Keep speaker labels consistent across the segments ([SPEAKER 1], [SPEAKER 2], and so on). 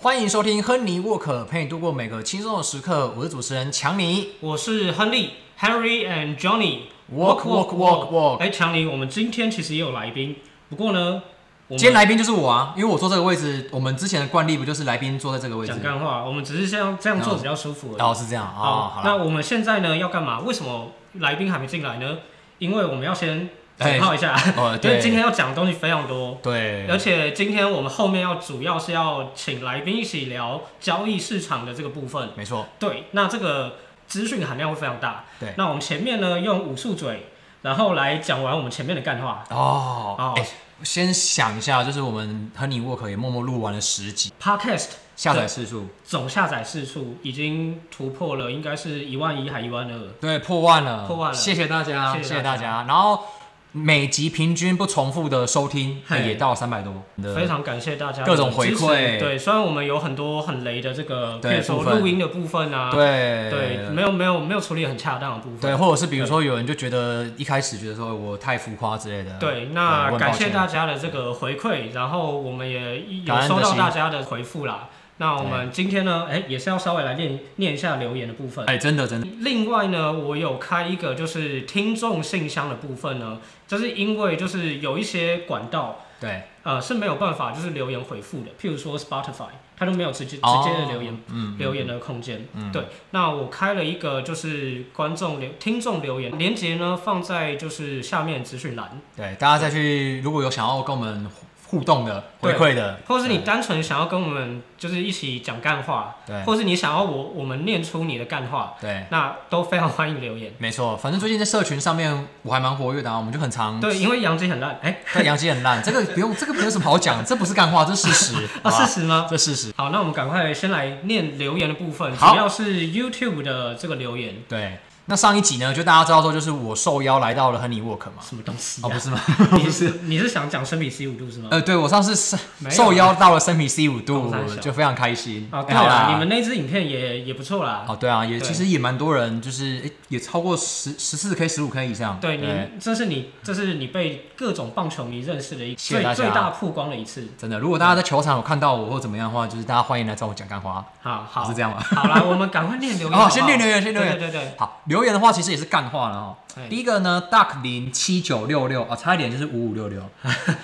[SPEAKER 1] 欢迎收听亨尼沃克，陪你度过每个轻松的时刻。我是主持人强尼。
[SPEAKER 2] 我是亨利 Henry and Johnny。
[SPEAKER 1] Walk, walk, walk, walk
[SPEAKER 2] 哎，强尼，我们今天其实也有来宾，不过呢，我
[SPEAKER 1] 今天
[SPEAKER 2] 们
[SPEAKER 1] 来宾就是我啊，因为我坐这个位置，我们之前的惯例不就是来宾坐在这个位置
[SPEAKER 2] 讲
[SPEAKER 1] 吗？
[SPEAKER 2] 干话，我们只是这样这样做比较舒服而已。
[SPEAKER 1] 哦，是这样哦，好
[SPEAKER 2] 那
[SPEAKER 1] 了，
[SPEAKER 2] 我们现在呢要干嘛？为什么来宾还没进来呢？因为我们要先整号一下，
[SPEAKER 1] 哦，
[SPEAKER 2] 因为
[SPEAKER 1] 对，
[SPEAKER 2] 今天要讲的东西非常多。而
[SPEAKER 1] 对，
[SPEAKER 2] 且今天我们后面要主要是要请来宾一起聊交易市场的这个部分，
[SPEAKER 1] 没错，
[SPEAKER 2] 对，那这个资讯含量会非常大。
[SPEAKER 1] 对
[SPEAKER 2] 那我们前面呢用武术嘴，然后来讲完我们前面的干话。
[SPEAKER 1] 哦，
[SPEAKER 2] 哦、
[SPEAKER 1] 哎先想一下，就是我们亨尼沃克也默默录完了十集，
[SPEAKER 2] p o d c a s t
[SPEAKER 1] 下载次数
[SPEAKER 2] 总下载次数已经突破了，应该是一万一还一万二。
[SPEAKER 1] 对破万了，
[SPEAKER 2] 破万了
[SPEAKER 1] 谢谢大家，
[SPEAKER 2] 谢谢
[SPEAKER 1] 谢谢大
[SPEAKER 2] 大家
[SPEAKER 1] 家。然后每集平均不重复的收听
[SPEAKER 2] 嘿
[SPEAKER 1] 也到三百多，
[SPEAKER 2] 非常感谢大家
[SPEAKER 1] 呃各种
[SPEAKER 2] 的支持
[SPEAKER 1] 回馈
[SPEAKER 2] 对，虽然我们有很多很雷的这个，比
[SPEAKER 1] 对
[SPEAKER 2] 如说
[SPEAKER 1] 部分
[SPEAKER 2] 录音的部分啊，
[SPEAKER 1] 对
[SPEAKER 2] 对，没有没有没有处理很恰当的部
[SPEAKER 1] 对，
[SPEAKER 2] 分。
[SPEAKER 1] 或者是比如说有人就觉得一开始觉得说我太浮夸之类的，
[SPEAKER 2] 对，那
[SPEAKER 1] 我很抱歉
[SPEAKER 2] 感谢大家的这个回馈，然后我们也有
[SPEAKER 1] 感恩的
[SPEAKER 2] 收到
[SPEAKER 1] 心
[SPEAKER 2] 大家的回复啦。那我们今天呢，哎，也是要稍微来念念一下留言的部分。
[SPEAKER 1] 哎，真的真的，
[SPEAKER 2] 另外呢，我有开一个就是听众信箱的部分呢，就是因为就是有一些管道
[SPEAKER 1] 对，
[SPEAKER 2] 呃是没有办法就是留言回复的，譬如说 Spotify，它都没有直接直
[SPEAKER 1] 哦
[SPEAKER 2] 接的留言、
[SPEAKER 1] 嗯，
[SPEAKER 2] 留言的空间。对，那我开了一个就是观众留听众留言连接呢，放在就是下面资讯栏，
[SPEAKER 1] 对，大家再去如果有想要跟我们互动的回
[SPEAKER 2] 对
[SPEAKER 1] 馈的，
[SPEAKER 2] 或是你单纯想要跟我们就是一起讲干话，
[SPEAKER 1] 对
[SPEAKER 2] 或是你想要我我们念出你的干话，
[SPEAKER 1] 对，
[SPEAKER 2] 那都非常欢迎留言。
[SPEAKER 1] 没错，反正最近在社群上面我还蛮活跃的啊，我们就很常。
[SPEAKER 2] 对，因为杨基很烂，哎、，
[SPEAKER 1] 看杨基很烂，这个不用，这个没有什么好讲，这不是干话，这是事实
[SPEAKER 2] 啊，
[SPEAKER 1] 好吧
[SPEAKER 2] 事实吗？
[SPEAKER 1] 这事实。
[SPEAKER 2] 好，那我们赶快先来念留言的部分，主
[SPEAKER 1] 好
[SPEAKER 2] 要是 YouTube 的这个留言，
[SPEAKER 1] 对，那上一集呢，就大家知道说，就是我受邀来到了亨利沃克嘛，
[SPEAKER 2] 什么东西、
[SPEAKER 1] 哦，不
[SPEAKER 2] 啊？
[SPEAKER 1] 是吗？
[SPEAKER 2] 你是你是想讲生比 C 五度是吗？
[SPEAKER 1] 呃，对我上次是
[SPEAKER 2] 没有啊
[SPEAKER 1] 受邀到了生啤 C 五度
[SPEAKER 2] 东山小，
[SPEAKER 1] 就非常开心。
[SPEAKER 2] 啊，
[SPEAKER 1] 哎
[SPEAKER 2] 对
[SPEAKER 1] 好
[SPEAKER 2] 了，
[SPEAKER 1] 啦，
[SPEAKER 2] 你们那支影片也也不错啦。
[SPEAKER 1] 哦，对啊，也
[SPEAKER 2] 对
[SPEAKER 1] 其实也蛮多人，就是诶也超过十十四 K、十五 K 以上。
[SPEAKER 2] 对你，这是你，这是你被各种棒球迷认识的一
[SPEAKER 1] 谢谢
[SPEAKER 2] 最
[SPEAKER 1] 大家
[SPEAKER 2] 最大曝光的一次。
[SPEAKER 1] 真的，如果大家在球场有看到我或怎么样的话，就是大家欢迎来找我讲干话，
[SPEAKER 2] 好好，
[SPEAKER 1] 是这样吗？
[SPEAKER 2] 好啦，我们赶快 念留言。
[SPEAKER 1] 哦
[SPEAKER 2] 好，
[SPEAKER 1] 先念留言先留言
[SPEAKER 2] 对对对
[SPEAKER 1] 好，留言的话其实也是干话了哦。
[SPEAKER 2] 对。
[SPEAKER 1] 第一个呢，Duck 零七九六六啊，差一点就是五五六 六。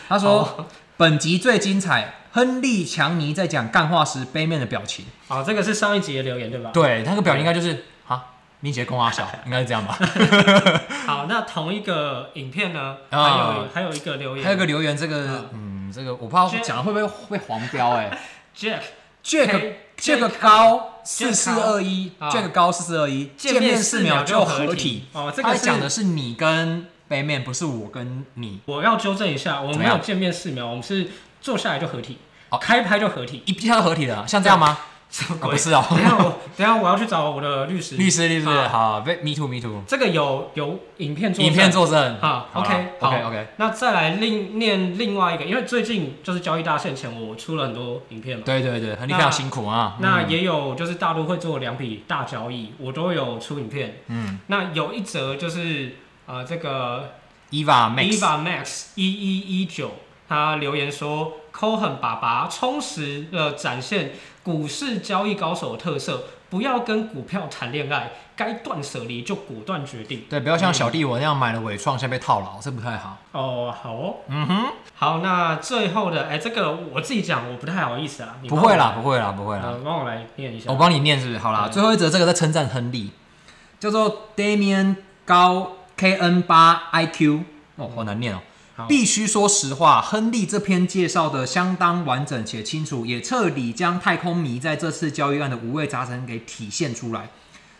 [SPEAKER 1] 他说本集最精彩，亨利强尼在讲干话时背面的表情。
[SPEAKER 2] 好，这个是上一集的留言对吧？
[SPEAKER 1] 对，那个表情应该就是啊，你姐公阿小，应该是这 样吧。
[SPEAKER 2] 好，那同一个影片呢，还
[SPEAKER 1] 啊
[SPEAKER 2] 有还有一个留言，
[SPEAKER 1] 还有个留言，这个嗯，这个我怕讲了会不会被黄标哎、
[SPEAKER 2] Jack
[SPEAKER 1] Jack
[SPEAKER 2] K-
[SPEAKER 1] Jack 高四
[SPEAKER 2] Jack
[SPEAKER 1] 四二一
[SPEAKER 2] 啊
[SPEAKER 1] ，Jack 高四四二一，见面四秒就合体。
[SPEAKER 2] 哦，这
[SPEAKER 1] 他
[SPEAKER 2] 个
[SPEAKER 1] 讲
[SPEAKER 2] 是
[SPEAKER 1] 的是你跟北面，不是我跟你。
[SPEAKER 2] 我要纠正一下，我们
[SPEAKER 1] 怎么
[SPEAKER 2] 没
[SPEAKER 1] 样
[SPEAKER 2] 有见面四秒，我们是坐下来就合体，
[SPEAKER 1] 哦
[SPEAKER 2] 开拍就合体。
[SPEAKER 1] 一下就合体了，像这样吗？
[SPEAKER 2] 什么
[SPEAKER 1] 啊
[SPEAKER 2] 鬼？
[SPEAKER 1] 不是哦，
[SPEAKER 2] 等一下我 等一下我要去找我的律师。
[SPEAKER 1] 律师律师，
[SPEAKER 2] 啊
[SPEAKER 1] 好，被 me too me too，
[SPEAKER 2] 这个有有影片做证
[SPEAKER 1] 影片作证。
[SPEAKER 2] 啊
[SPEAKER 1] 好
[SPEAKER 2] ，OK 好
[SPEAKER 1] OK OK，
[SPEAKER 2] 那再来另念另外一个，因为最近就是交易大限前，我出了很多影片嘛。
[SPEAKER 1] 对对对，亨利
[SPEAKER 2] 那
[SPEAKER 1] 非常辛苦啊。
[SPEAKER 2] 那
[SPEAKER 1] 嗯
[SPEAKER 2] 也有就是大陆会做两笔大交易，我都有出影片。
[SPEAKER 1] 嗯
[SPEAKER 2] 那有一则就是呃这个
[SPEAKER 1] ，Eva Max，
[SPEAKER 2] Eva Max 一一一九，他留言说，Cohen 爸爸充实了展现股市交易高手的特色，不要跟股票谈恋爱，该断舍离就果断决定。
[SPEAKER 1] 对，不要像小弟我那样买了伪创，现在被套牢，这不太好。
[SPEAKER 2] 哦，好哦，嗯哼，好，那最后的，哎、这个我自己讲，我不太好意思啊，你
[SPEAKER 1] 不
[SPEAKER 2] 帮我
[SPEAKER 1] 会啦，，不会啦，不会啦。
[SPEAKER 2] 呃，帮我来念一下
[SPEAKER 1] 我，帮你念是不是？好啦，
[SPEAKER 2] 对
[SPEAKER 1] 最后一则这个在称赞亨利，叫做 Damian 高 KN 八 IQ，哦，好难念哦。
[SPEAKER 2] 好
[SPEAKER 1] 必须说实话，亨利这篇介绍的相当完整且清楚，也彻底将太空迷在这次交易案的五味杂陈给体现出来。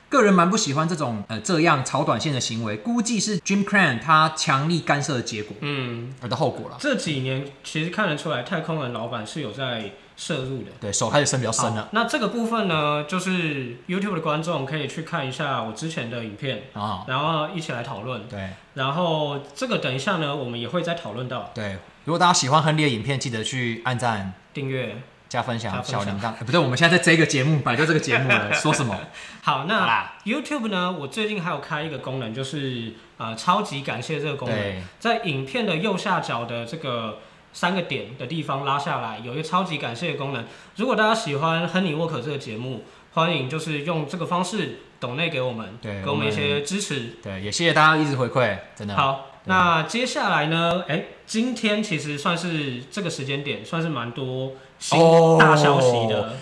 [SPEAKER 1] 个人蛮不喜欢这种呃这样炒短线的行为，估计是 Jim Cran 他强力干涉的结果
[SPEAKER 2] 嗯，
[SPEAKER 1] 而的后果啦。
[SPEAKER 2] 这几年其实看得出来，太空人老板是有在摄入的。
[SPEAKER 1] 对手开始伸比较深了
[SPEAKER 2] 好。那这个部分呢，就是 YouTube 的观众可以去看一下我之前的影片，
[SPEAKER 1] 啊、
[SPEAKER 2] 然后一起来讨论。
[SPEAKER 1] 对
[SPEAKER 2] 然后这个等一下呢，我们也会再讨论到
[SPEAKER 1] 对，如果大家喜欢亨利的影片，记得去按赞。
[SPEAKER 2] 订阅。
[SPEAKER 1] 加分享
[SPEAKER 2] 加分享
[SPEAKER 1] 小铃铛、哎不对，我们现在在这个节目，本来就这个节目 了，说什么？
[SPEAKER 2] 好，
[SPEAKER 1] 好
[SPEAKER 2] 那
[SPEAKER 1] 啦
[SPEAKER 2] YouTube 呢，我最近还有开一个功啊能，就是呃，超级感谢这个功能，
[SPEAKER 1] 对
[SPEAKER 2] 在影片的右下角的这个三个点的地方拉下来，有一个超级感谢的功能。如果大家喜欢亨尼沃克这个节目，欢迎就是用这个方式抖内给我们，
[SPEAKER 1] 对
[SPEAKER 2] 给我们一些支持。
[SPEAKER 1] 对，也谢谢大家一直回馈，真的。
[SPEAKER 2] 好，
[SPEAKER 1] 对
[SPEAKER 2] 那接下来呢？哎、今天其实算是这个时间点，算是蛮多新
[SPEAKER 1] 哦
[SPEAKER 2] 大消息的。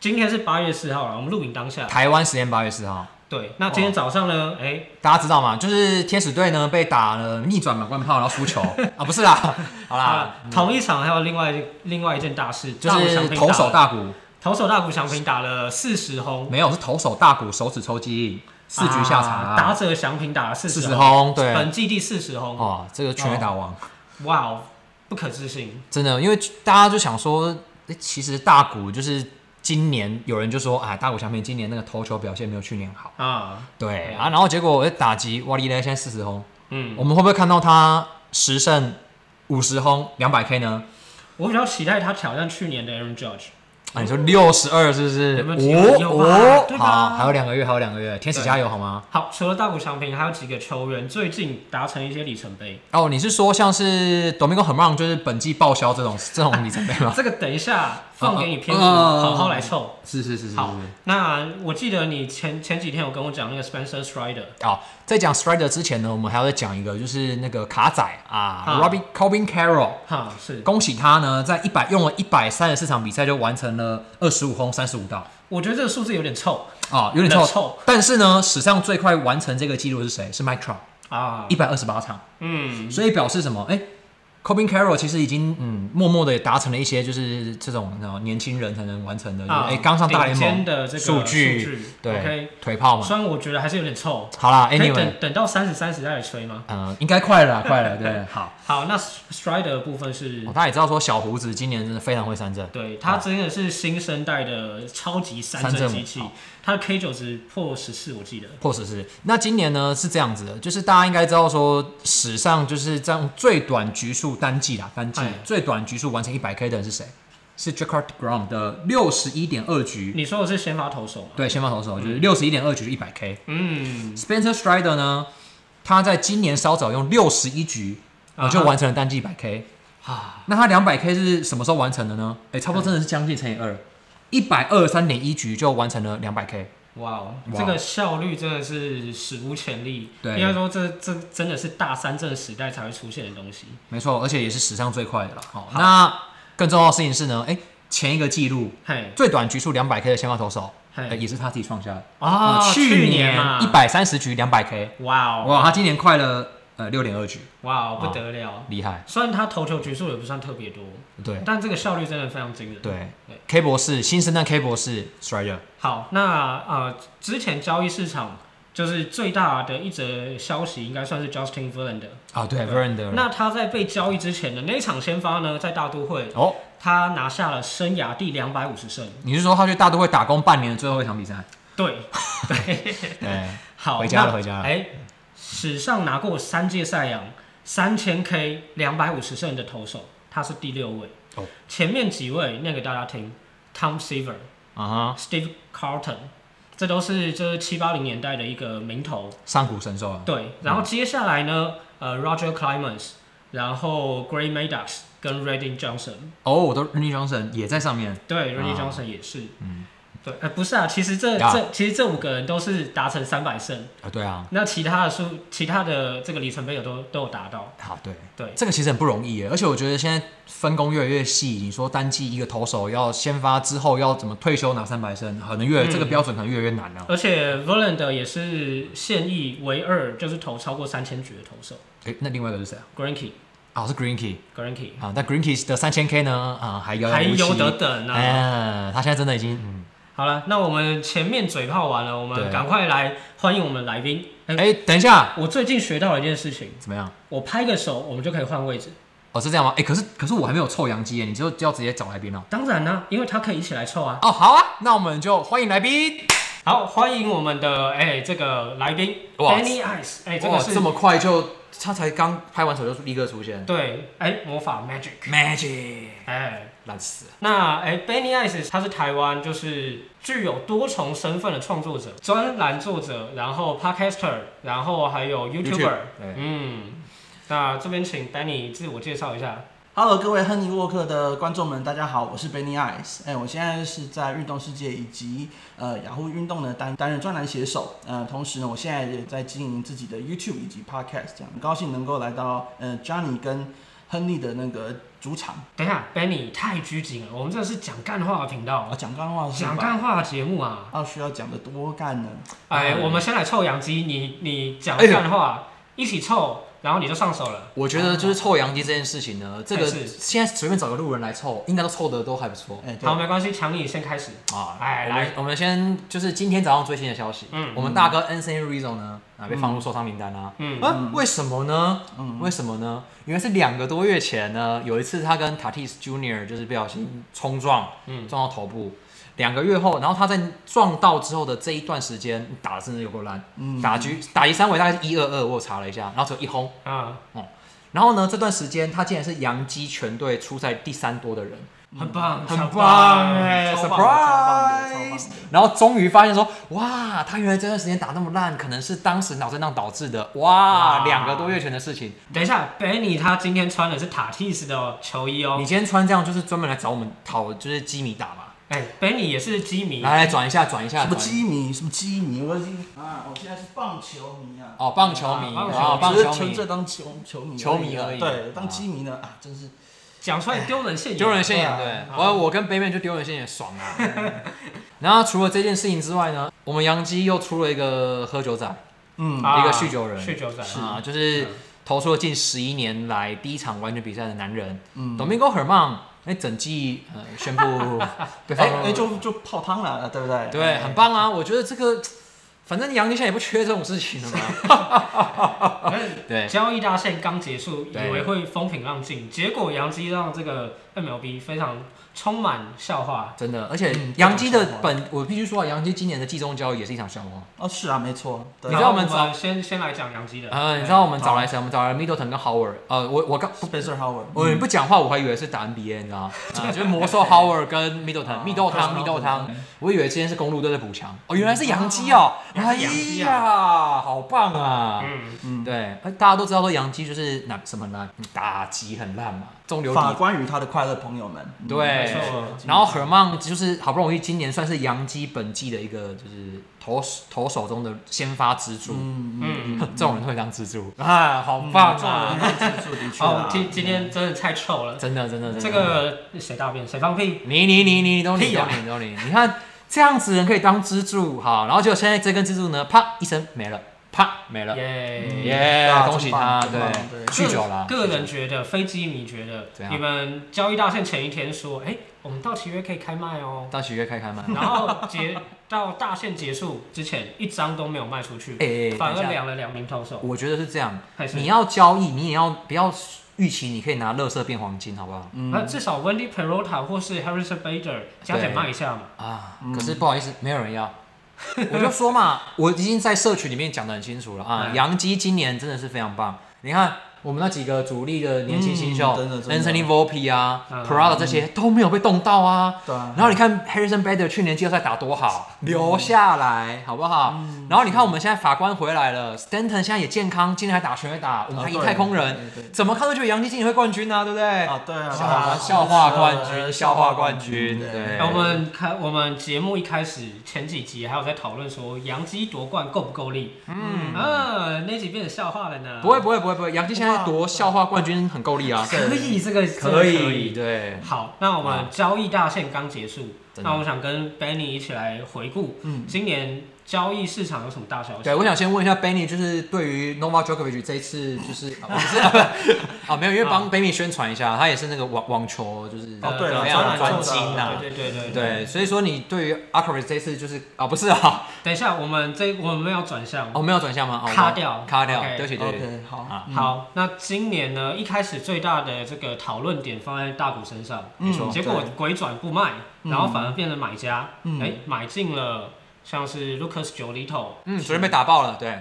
[SPEAKER 2] 今天是八月四号了，我们录影当下。
[SPEAKER 1] 台湾时间八月四号，
[SPEAKER 2] 对，那今天早上
[SPEAKER 1] 哦
[SPEAKER 2] 呢？哎、
[SPEAKER 1] 大家知道吗？就是天使队呢被打了逆转满贯炮，然后 输球啊，不是啦，好啦，
[SPEAKER 2] 啊，同一场还有另外另外一件大事，
[SPEAKER 1] 就
[SPEAKER 2] 大谷
[SPEAKER 1] 是
[SPEAKER 2] 翔平
[SPEAKER 1] 投
[SPEAKER 2] 打
[SPEAKER 1] 手
[SPEAKER 2] 了
[SPEAKER 1] 嗯大鼓，
[SPEAKER 2] 投手大谷翔平打了四十轰，
[SPEAKER 1] 没有是投手大鼓手指抽筋，四局下场，
[SPEAKER 2] 啊打者翔平打了四
[SPEAKER 1] 四
[SPEAKER 2] 十
[SPEAKER 1] 十轰，对，
[SPEAKER 2] 本季第四十轰，
[SPEAKER 1] 哦，这个全垒打王，
[SPEAKER 2] 哇哦，不可置信，
[SPEAKER 1] 真的，因为大家就想说，诶其实大鼓就是今年有人就说，啊，大鼓翔平今年那个投球表现没有去年好，
[SPEAKER 2] 啊，
[SPEAKER 1] 对啊，然后结果诶打击哇哩嘞，现在四十轰，
[SPEAKER 2] 嗯，
[SPEAKER 1] 我们会不会看到他十胜五十轰两百 K 呢？
[SPEAKER 2] 我比较期待他挑战去年的 Aaron Judge，
[SPEAKER 1] 啊，你说六十二是不是？哦
[SPEAKER 2] 哦有没有机会有吧对吧
[SPEAKER 1] 好，还有两个月，还有两个月，天使
[SPEAKER 2] 对
[SPEAKER 1] 加油好吗？
[SPEAKER 2] 好，除了大谷翔平，还有几个球员最近达成一些里程碑，
[SPEAKER 1] 哦，你是说像是 Domingo h e r m n 就是本季报销这种这 种里程碑吗？
[SPEAKER 2] 这个等一下放给你篇幅
[SPEAKER 1] 哦哦哦
[SPEAKER 2] 好好来凑。
[SPEAKER 1] 是是是是
[SPEAKER 2] 好，那我记得你前前几天有跟我讲那个 Spencer Strider，
[SPEAKER 1] 哦，在讲 Strider 之前呢，我们还要再讲一个，就是那个卡仔啊
[SPEAKER 2] 啊
[SPEAKER 1] r o b b i e Corbin Carroll，
[SPEAKER 2] 哈，是，
[SPEAKER 1] 恭喜他呢，在一百用了一百三十四场比赛就完成了二十五轰三十五道
[SPEAKER 2] 我觉得这个数字有点臭
[SPEAKER 1] 啊，有点臭。
[SPEAKER 2] 很臭
[SPEAKER 1] 但是呢，史上最快完成这个记录是谁？是 Mike Trout，
[SPEAKER 2] 啊，
[SPEAKER 1] 一百二十八场。
[SPEAKER 2] 嗯，
[SPEAKER 1] 所以表示什么？哎、c o b i n Carroll 其实已经嗯，默默的达成了一些就是这种那种年轻人才能完成的，就是哎、刚上大联
[SPEAKER 2] 顶尖
[SPEAKER 1] 盟
[SPEAKER 2] 的这个
[SPEAKER 1] 数据
[SPEAKER 2] 据
[SPEAKER 1] 对
[SPEAKER 2] 啊 OK，
[SPEAKER 1] 腿炮嘛。
[SPEAKER 2] 虽然我觉得还是有点臭，
[SPEAKER 1] 好啦
[SPEAKER 2] 可以
[SPEAKER 1] ，Anyway，
[SPEAKER 2] 等等到三十三十再来吹吗？
[SPEAKER 1] 呃，应该快了啦，快了，对，好。
[SPEAKER 2] 好，那 Strider 的部分是
[SPEAKER 1] 哦，，大家也知道说小胡子今年真的非常会三振，
[SPEAKER 2] 对，它真的是新生代的超级三
[SPEAKER 1] 三振
[SPEAKER 2] 振
[SPEAKER 1] 舞
[SPEAKER 2] 机器
[SPEAKER 1] 好，
[SPEAKER 2] 它的 K 九值破十四，我记得。
[SPEAKER 1] 或者是那今年呢是这样子的，就是大家应该知道说史上就是这样最短局数单季啦，单季、
[SPEAKER 2] 哎
[SPEAKER 1] 最短局数完成一百 K 的人是谁？是 j a c a r d Grom 的六十一点二局，
[SPEAKER 2] 你说的是先发投手吗？
[SPEAKER 1] 对，先发投手就是六十一点二局就一百 K，
[SPEAKER 2] 嗯，
[SPEAKER 1] Spencer Strider 呢，他在今年稍早用六十一局，
[SPEAKER 2] 啊
[SPEAKER 1] 呃，就完成了单季一百 K。
[SPEAKER 2] 啊，
[SPEAKER 1] 那他两百 K 是什么时候完成的呢？哎、差不多真的是将近乘以二，一百二三点一局就完成了两百 K。
[SPEAKER 2] 哇哦，
[SPEAKER 1] 哇
[SPEAKER 2] 这个效率真的是史无前例。
[SPEAKER 1] 对
[SPEAKER 2] 应该说这这真的是大三振时代才会出现的东西。
[SPEAKER 1] 没错，而且也是史上最快的了。好，那更重要的事情是呢，哎、前一个记录
[SPEAKER 2] 嘿，
[SPEAKER 1] 最短局数两百 K 的先发投手，
[SPEAKER 2] 嘿
[SPEAKER 1] 呃，也是他自己创下的。
[SPEAKER 2] 啊，
[SPEAKER 1] 呃
[SPEAKER 2] 去
[SPEAKER 1] 年
[SPEAKER 2] 嘛
[SPEAKER 1] 一，百三十局两百 K，
[SPEAKER 2] 哇哦，
[SPEAKER 1] 哇，他今年快了呃六点二局，
[SPEAKER 2] 哇哦，不得了。
[SPEAKER 1] 厉害。
[SPEAKER 2] 虽然他投球局数也不算特别多，
[SPEAKER 1] 对
[SPEAKER 2] 但这个效率真的非常惊人。
[SPEAKER 1] 对
[SPEAKER 2] 对
[SPEAKER 1] ，K 博士，新生代 K 博士 Strider，
[SPEAKER 2] 好，那呃，之前交易市场就是最大的一则消息，应该算是 Justin Verlander。
[SPEAKER 1] 啊，对
[SPEAKER 2] 对
[SPEAKER 1] v e r a n d e r
[SPEAKER 2] 那他在被交易之前的那一场先发呢，在大都会，
[SPEAKER 1] 哦，
[SPEAKER 2] 他拿下了生涯第两百五十胜。
[SPEAKER 1] 你是说他去大都会打工半年的最后一场比赛？
[SPEAKER 2] 对，对，
[SPEAKER 1] 对，
[SPEAKER 2] 好，
[SPEAKER 1] 回家了
[SPEAKER 2] 那
[SPEAKER 1] 回家了
[SPEAKER 2] 哎、史上拿过三届赛扬、三千 K、两百五十胜的投手，他是第六位。
[SPEAKER 1] 哦
[SPEAKER 2] 前面几位念给大家听：Tom Seaver、
[SPEAKER 1] 啊哈，
[SPEAKER 2] Steve Carlton，这都是这七八零年代的一个名头。
[SPEAKER 1] 上古神兽啊，
[SPEAKER 2] 对，然后接下来呢，呃，Roger Clemens，然后 Gray Madox 跟 Redding Johnson，
[SPEAKER 1] 哦，我都 Randy Johnson 也在上面，
[SPEAKER 2] 对，Redding
[SPEAKER 1] 啊嗯
[SPEAKER 2] Johnson 也是，对，呃，不是啊，其实这
[SPEAKER 1] 啊
[SPEAKER 2] 这其实这五个人都是达成三百胜，
[SPEAKER 1] 啊，对啊，
[SPEAKER 2] 那其他的数其他的这个里程碑有都都有达到，
[SPEAKER 1] 好，对，
[SPEAKER 2] 对，
[SPEAKER 1] 这个其实很不容易耶，而且我觉得现在分工越来越细，你说单季一个投手要先发之后要怎么退休拿三百胜，可能越、
[SPEAKER 2] 嗯
[SPEAKER 1] 这个标准可能越来越难了、
[SPEAKER 2] 而且 Verlander 也是现役唯二就是投超过三千局的投手
[SPEAKER 1] 诶，那另外一个是谁啊？
[SPEAKER 2] ，Greinke
[SPEAKER 1] 啊，是 Greenkey
[SPEAKER 2] Greinke
[SPEAKER 1] 啊，但 Greenkey 的三千 K 呢，啊，还遥遥
[SPEAKER 2] 还
[SPEAKER 1] 无期
[SPEAKER 2] 有得等啊。
[SPEAKER 1] 哎，他现在真的已经，嗯
[SPEAKER 2] 好了，那我们前面嘴炮完了，我
[SPEAKER 1] 对
[SPEAKER 2] 们赶快来欢迎我们来宾。哎
[SPEAKER 1] 哎、等一下，
[SPEAKER 2] 我最近学到了一件事情，
[SPEAKER 1] 怎么样？
[SPEAKER 2] 我拍个手，我们就可以换位置。
[SPEAKER 1] 哦，是这样吗？哎、可是可是我还没有臭洋鸡耶，你就就要直接找来宾了。
[SPEAKER 2] 当然啦、因为他可以一起来凑啊。
[SPEAKER 1] 哦，好啊，那我们就欢迎来宾。
[SPEAKER 2] 好，欢迎我们的哎、这个来宾
[SPEAKER 1] 哇
[SPEAKER 2] Danny Ice，哎、这
[SPEAKER 1] 哇，
[SPEAKER 2] 个是
[SPEAKER 1] 这么快就他才刚拍完手就立刻出现
[SPEAKER 2] 对哎、魔法 Magic
[SPEAKER 1] ，magic，
[SPEAKER 2] 哎、
[SPEAKER 1] 烂死了。
[SPEAKER 2] 那哎、b e n n y Ice 他是台湾就是具有多重身份的创作者、专栏作者，然后 Podcaster，然后还有 YouTuber，
[SPEAKER 1] 对
[SPEAKER 2] 嗯，那这边请 Benny 自我介绍一下。
[SPEAKER 3] Hello，各位亨尼沃克的观众们，大家好，我是 Benny Ice。哎，我现在是在运动世界以及呃雅虎运动呢担担任专栏写手。呃，同时呢，我现在也在经营自己的 YouTube 以及 Podcast，这样很高兴能够来到呃 Johnny 跟亨利的那个主场。
[SPEAKER 2] 等一下，Benny 太拘谨了，我们这是讲干话的频道
[SPEAKER 3] 啊，，讲干话是
[SPEAKER 2] 讲
[SPEAKER 3] 吧？
[SPEAKER 2] 干话的节目啊。
[SPEAKER 3] 要需要讲的多干呢？
[SPEAKER 2] 哎，
[SPEAKER 1] 嗯
[SPEAKER 2] 我们先来臭洋鸡，你你讲
[SPEAKER 1] 哎呦
[SPEAKER 2] 干话，一起臭，然后你就上手了。
[SPEAKER 1] 我觉得就是臭洋鸡这件事情呢，这个
[SPEAKER 2] 啊哎是
[SPEAKER 1] 现在随便找个路人来凑，应该都凑的都还不错
[SPEAKER 3] 哎，对
[SPEAKER 2] 好，，没关系，强你先开始。
[SPEAKER 1] 啊。
[SPEAKER 2] 哎
[SPEAKER 1] 我们
[SPEAKER 2] 来
[SPEAKER 1] 我们先就是今天早上最新的消息，
[SPEAKER 2] 嗯
[SPEAKER 1] 我们大哥 a n s o n Rizzo 呢啊被放入受伤名单啦。
[SPEAKER 2] 嗯，
[SPEAKER 1] 啊，为什么呢？
[SPEAKER 3] 嗯
[SPEAKER 1] 为什么呢？因为是两个多月前呢，有一次他跟 Tatis Junior 就是不小心冲撞，
[SPEAKER 2] 嗯
[SPEAKER 1] 撞到头部。两个月后，然后他在撞到之后的这一段时间打的真的有够烂，
[SPEAKER 3] 嗯
[SPEAKER 1] 打局打一三围大概是一二二，我有查了一下，然后只有一轰。
[SPEAKER 2] 啊，
[SPEAKER 1] 然后呢，这段时间他竟然是洋基全队出赛第三多的人，
[SPEAKER 2] 很棒，
[SPEAKER 1] 嗯很
[SPEAKER 2] 超
[SPEAKER 1] 棒哎
[SPEAKER 3] 超棒的超棒的超棒的
[SPEAKER 1] ，surprise！然后终于发现说，哇，他原来这段时间打那么烂，可能是当时脑震荡导致的，哇，
[SPEAKER 2] 哇
[SPEAKER 1] 两个多月前的事情。
[SPEAKER 2] 等一下，Benny 他今天穿的是塔蒂斯的球衣哦
[SPEAKER 1] 你。今天穿这样就是专门来找我们讨，就是基米打嘛。
[SPEAKER 2] 哎，Benny 也是基迷，
[SPEAKER 1] 来来转一下，转一下，
[SPEAKER 3] 什么
[SPEAKER 1] 转一下
[SPEAKER 3] 基迷？什么基迷？我已经啊，我现在是棒球迷啊。
[SPEAKER 1] 哦，棒球迷
[SPEAKER 2] 啊
[SPEAKER 1] 哦，棒
[SPEAKER 3] 只是
[SPEAKER 1] 球
[SPEAKER 3] 纯
[SPEAKER 1] 迷
[SPEAKER 3] 粹，当球球迷
[SPEAKER 1] 球迷而已
[SPEAKER 3] 对，
[SPEAKER 1] 啊
[SPEAKER 3] 当基迷呢啊，真是
[SPEAKER 2] 讲出来丢人现眼，
[SPEAKER 1] 丢人现眼，
[SPEAKER 3] 对
[SPEAKER 1] 对
[SPEAKER 2] 啊
[SPEAKER 1] 我我跟北美就丢人现眼，爽啊！ 然后除了这件事情之外呢，我们洋基又出了一个喝酒仔
[SPEAKER 3] 嗯
[SPEAKER 2] 啊
[SPEAKER 1] 一个酗酒人
[SPEAKER 2] 酗酒人
[SPEAKER 3] 是
[SPEAKER 1] 啊，就是
[SPEAKER 2] 嗯
[SPEAKER 1] 投出了近十一年来第一场完全比赛的男人
[SPEAKER 3] 嗯，
[SPEAKER 1] Domingo Herman，哎，整季 呃宣布被放
[SPEAKER 3] 哎
[SPEAKER 1] 入
[SPEAKER 3] 哎就嗯就泡汤了，对不对？
[SPEAKER 1] 对，很棒啊！我觉得这个反正洋基现在也不缺这种事情了 嘛，
[SPEAKER 2] 可
[SPEAKER 3] 哎
[SPEAKER 2] 是
[SPEAKER 1] 对，
[SPEAKER 2] 交易大限刚结束，以
[SPEAKER 1] 对
[SPEAKER 2] 为会风平浪静，结果杨基让这个 MLB 非常充满笑话。
[SPEAKER 1] 真的，而且
[SPEAKER 3] 嗯
[SPEAKER 1] 洋基
[SPEAKER 3] 这种笑
[SPEAKER 1] 的
[SPEAKER 3] 话
[SPEAKER 1] 本，我必须说啊，洋基今年的季中交易也是一场笑话。
[SPEAKER 3] 哦，是啊，没错。对
[SPEAKER 1] 你知道我们
[SPEAKER 2] 然后们先先来讲杨基的，
[SPEAKER 1] 呃，你知道我们
[SPEAKER 3] 好
[SPEAKER 1] 找来谁？我们找来 Middleton 跟 Howard。呃，我我刚
[SPEAKER 3] Spencer Howard，
[SPEAKER 1] 我你不讲话，我还以为是打 NBA，你知 道吗？啊，就是魔兽 Howard 跟
[SPEAKER 3] 嗯啊
[SPEAKER 1] Middleton，蜜豆汤，蜜豆汤。我以为今天是公路队的补强，哦，原来是洋基哦！
[SPEAKER 2] 啊原
[SPEAKER 1] 哎
[SPEAKER 2] 来是洋基啊
[SPEAKER 1] 呀，好棒啊！
[SPEAKER 2] 嗯，
[SPEAKER 3] 嗯
[SPEAKER 1] 对，呃大家都知道说洋基就是哪什么呢？打击很烂嘛，中流
[SPEAKER 3] 法
[SPEAKER 1] 砥
[SPEAKER 3] 官与他的快乐朋友们。嗯
[SPEAKER 1] 对
[SPEAKER 2] 没错
[SPEAKER 1] 然后 Herman 就是好不容易今年算是洋基本季的一个就是投投手中的先发支柱，
[SPEAKER 3] 嗯嗯，
[SPEAKER 2] 嗯，
[SPEAKER 1] 这种人会当支柱啊，好棒
[SPEAKER 3] 这种人
[SPEAKER 1] 啊！
[SPEAKER 3] 很自 助的确
[SPEAKER 2] 哦
[SPEAKER 3] 啊，。
[SPEAKER 2] 今今天真的太臭了，
[SPEAKER 1] 真的真的真的，
[SPEAKER 2] 嗯这个谁大便谁放屁？
[SPEAKER 1] 你你你你都你
[SPEAKER 2] 屁啊
[SPEAKER 1] 都
[SPEAKER 2] 呀
[SPEAKER 1] 你都你，你看这样子人可以当支柱，好，然后结果现在这根支柱呢，啪一声没了，啪没了，
[SPEAKER 2] 耶！
[SPEAKER 1] 耶
[SPEAKER 3] 对啊，
[SPEAKER 1] 恭喜
[SPEAKER 3] 真
[SPEAKER 1] 他，
[SPEAKER 3] 棒
[SPEAKER 1] 对
[SPEAKER 3] 真棒对，
[SPEAKER 1] 酗酒啦，
[SPEAKER 2] 个人觉得，飞机迷觉得
[SPEAKER 1] 怎，样
[SPEAKER 2] 你们交易大限前一天说，哎、我们到期约可以开卖哦、
[SPEAKER 1] 到喜悦开开吗？
[SPEAKER 2] 然 后结到大限结束之前，一张都没有卖出去，
[SPEAKER 1] 哎，哎
[SPEAKER 2] 反
[SPEAKER 1] 等
[SPEAKER 2] 而
[SPEAKER 1] 一下
[SPEAKER 2] 凉了两名投手。
[SPEAKER 1] 我觉得是这样，
[SPEAKER 2] 还是
[SPEAKER 1] 你要交易，你也要不要预期你可以拿乐色变黄金，好不好？
[SPEAKER 2] 那至少 Wendy Peralta 或是 Harrison Bader 加减卖一下嘛。
[SPEAKER 1] 啊，可是不好意思，没有人要。我就说嘛，我已经在社群里面讲得很清楚了啊，
[SPEAKER 2] 嗯
[SPEAKER 1] 杨基今年真的是非常棒。你看我们那几个主力的年轻新秀
[SPEAKER 3] 嗯真的真的
[SPEAKER 1] ，Anthony Volpe 啊
[SPEAKER 2] 嗯
[SPEAKER 1] ，Prada 这些都没有被动到啊。
[SPEAKER 3] 对啊
[SPEAKER 1] 然后你看 Harrison Bader 去年季后赛打多好，
[SPEAKER 3] 嗯
[SPEAKER 1] 留下来好不好？然后你看我们现在法官回来了，Stanton 现在也健康，今年还打全垒打，我们还赢
[SPEAKER 3] 啊对
[SPEAKER 1] 太空人，
[SPEAKER 3] 对对对
[SPEAKER 1] 怎么看都觉得杨基今年会冠军啊，对不对？
[SPEAKER 3] 啊，对啊，
[SPEAKER 1] 笑
[SPEAKER 3] 啊
[SPEAKER 1] 话哎笑话冠军，笑话冠军，对。
[SPEAKER 2] 哎我们开我们节目一开始前几集还有在讨论说杨基夺冠够不够力，嗯啊，那集变成笑话了呢。
[SPEAKER 1] 不会不会不会不会，杨基现在夺笑话冠军很够力啊，
[SPEAKER 2] 可以，这个这个
[SPEAKER 1] 可
[SPEAKER 2] 可
[SPEAKER 1] 以
[SPEAKER 3] 嗯
[SPEAKER 2] 以。
[SPEAKER 1] 对，
[SPEAKER 2] 好，那我们交易大限刚结束，
[SPEAKER 1] 真的
[SPEAKER 2] 那我想跟 Benny 一起来回顾，
[SPEAKER 3] 嗯
[SPEAKER 2] 今年交易市场有什么大消息？
[SPEAKER 1] 对，我想先问一下 Benny，就是对于 Novak Djokovic 这一次就是啊我不是 啊没有，因为帮 Benny 宣传一下，他也是那个网网球就是
[SPEAKER 2] 呃
[SPEAKER 3] 哦对
[SPEAKER 1] 怎
[SPEAKER 3] 了
[SPEAKER 1] 么
[SPEAKER 3] 当
[SPEAKER 1] 样
[SPEAKER 3] 然
[SPEAKER 1] 专
[SPEAKER 3] 就是
[SPEAKER 1] 精呐
[SPEAKER 3] 啊，
[SPEAKER 2] 对对对对对。
[SPEAKER 1] 对，所以说你对于 a k r i 这一次就是啊不是啊，
[SPEAKER 2] 等一下，我们这我们要转向。
[SPEAKER 1] 哦没有转向吗？哦
[SPEAKER 2] 卡掉
[SPEAKER 1] 卡掉，
[SPEAKER 2] OK
[SPEAKER 1] 对不起对不起，
[SPEAKER 3] OK，好
[SPEAKER 1] 啊，
[SPEAKER 3] 嗯，
[SPEAKER 2] 好，那今年呢，一开始最大的这个讨论点放在大股身上，
[SPEAKER 3] 嗯
[SPEAKER 1] 错嗯
[SPEAKER 2] 结果
[SPEAKER 3] 对
[SPEAKER 2] 鬼转不卖，然后反而变成买家，哎、
[SPEAKER 3] 嗯
[SPEAKER 2] 买进了像是 Lucas 九 里头，
[SPEAKER 1] 嗯，昨天被打爆了，对，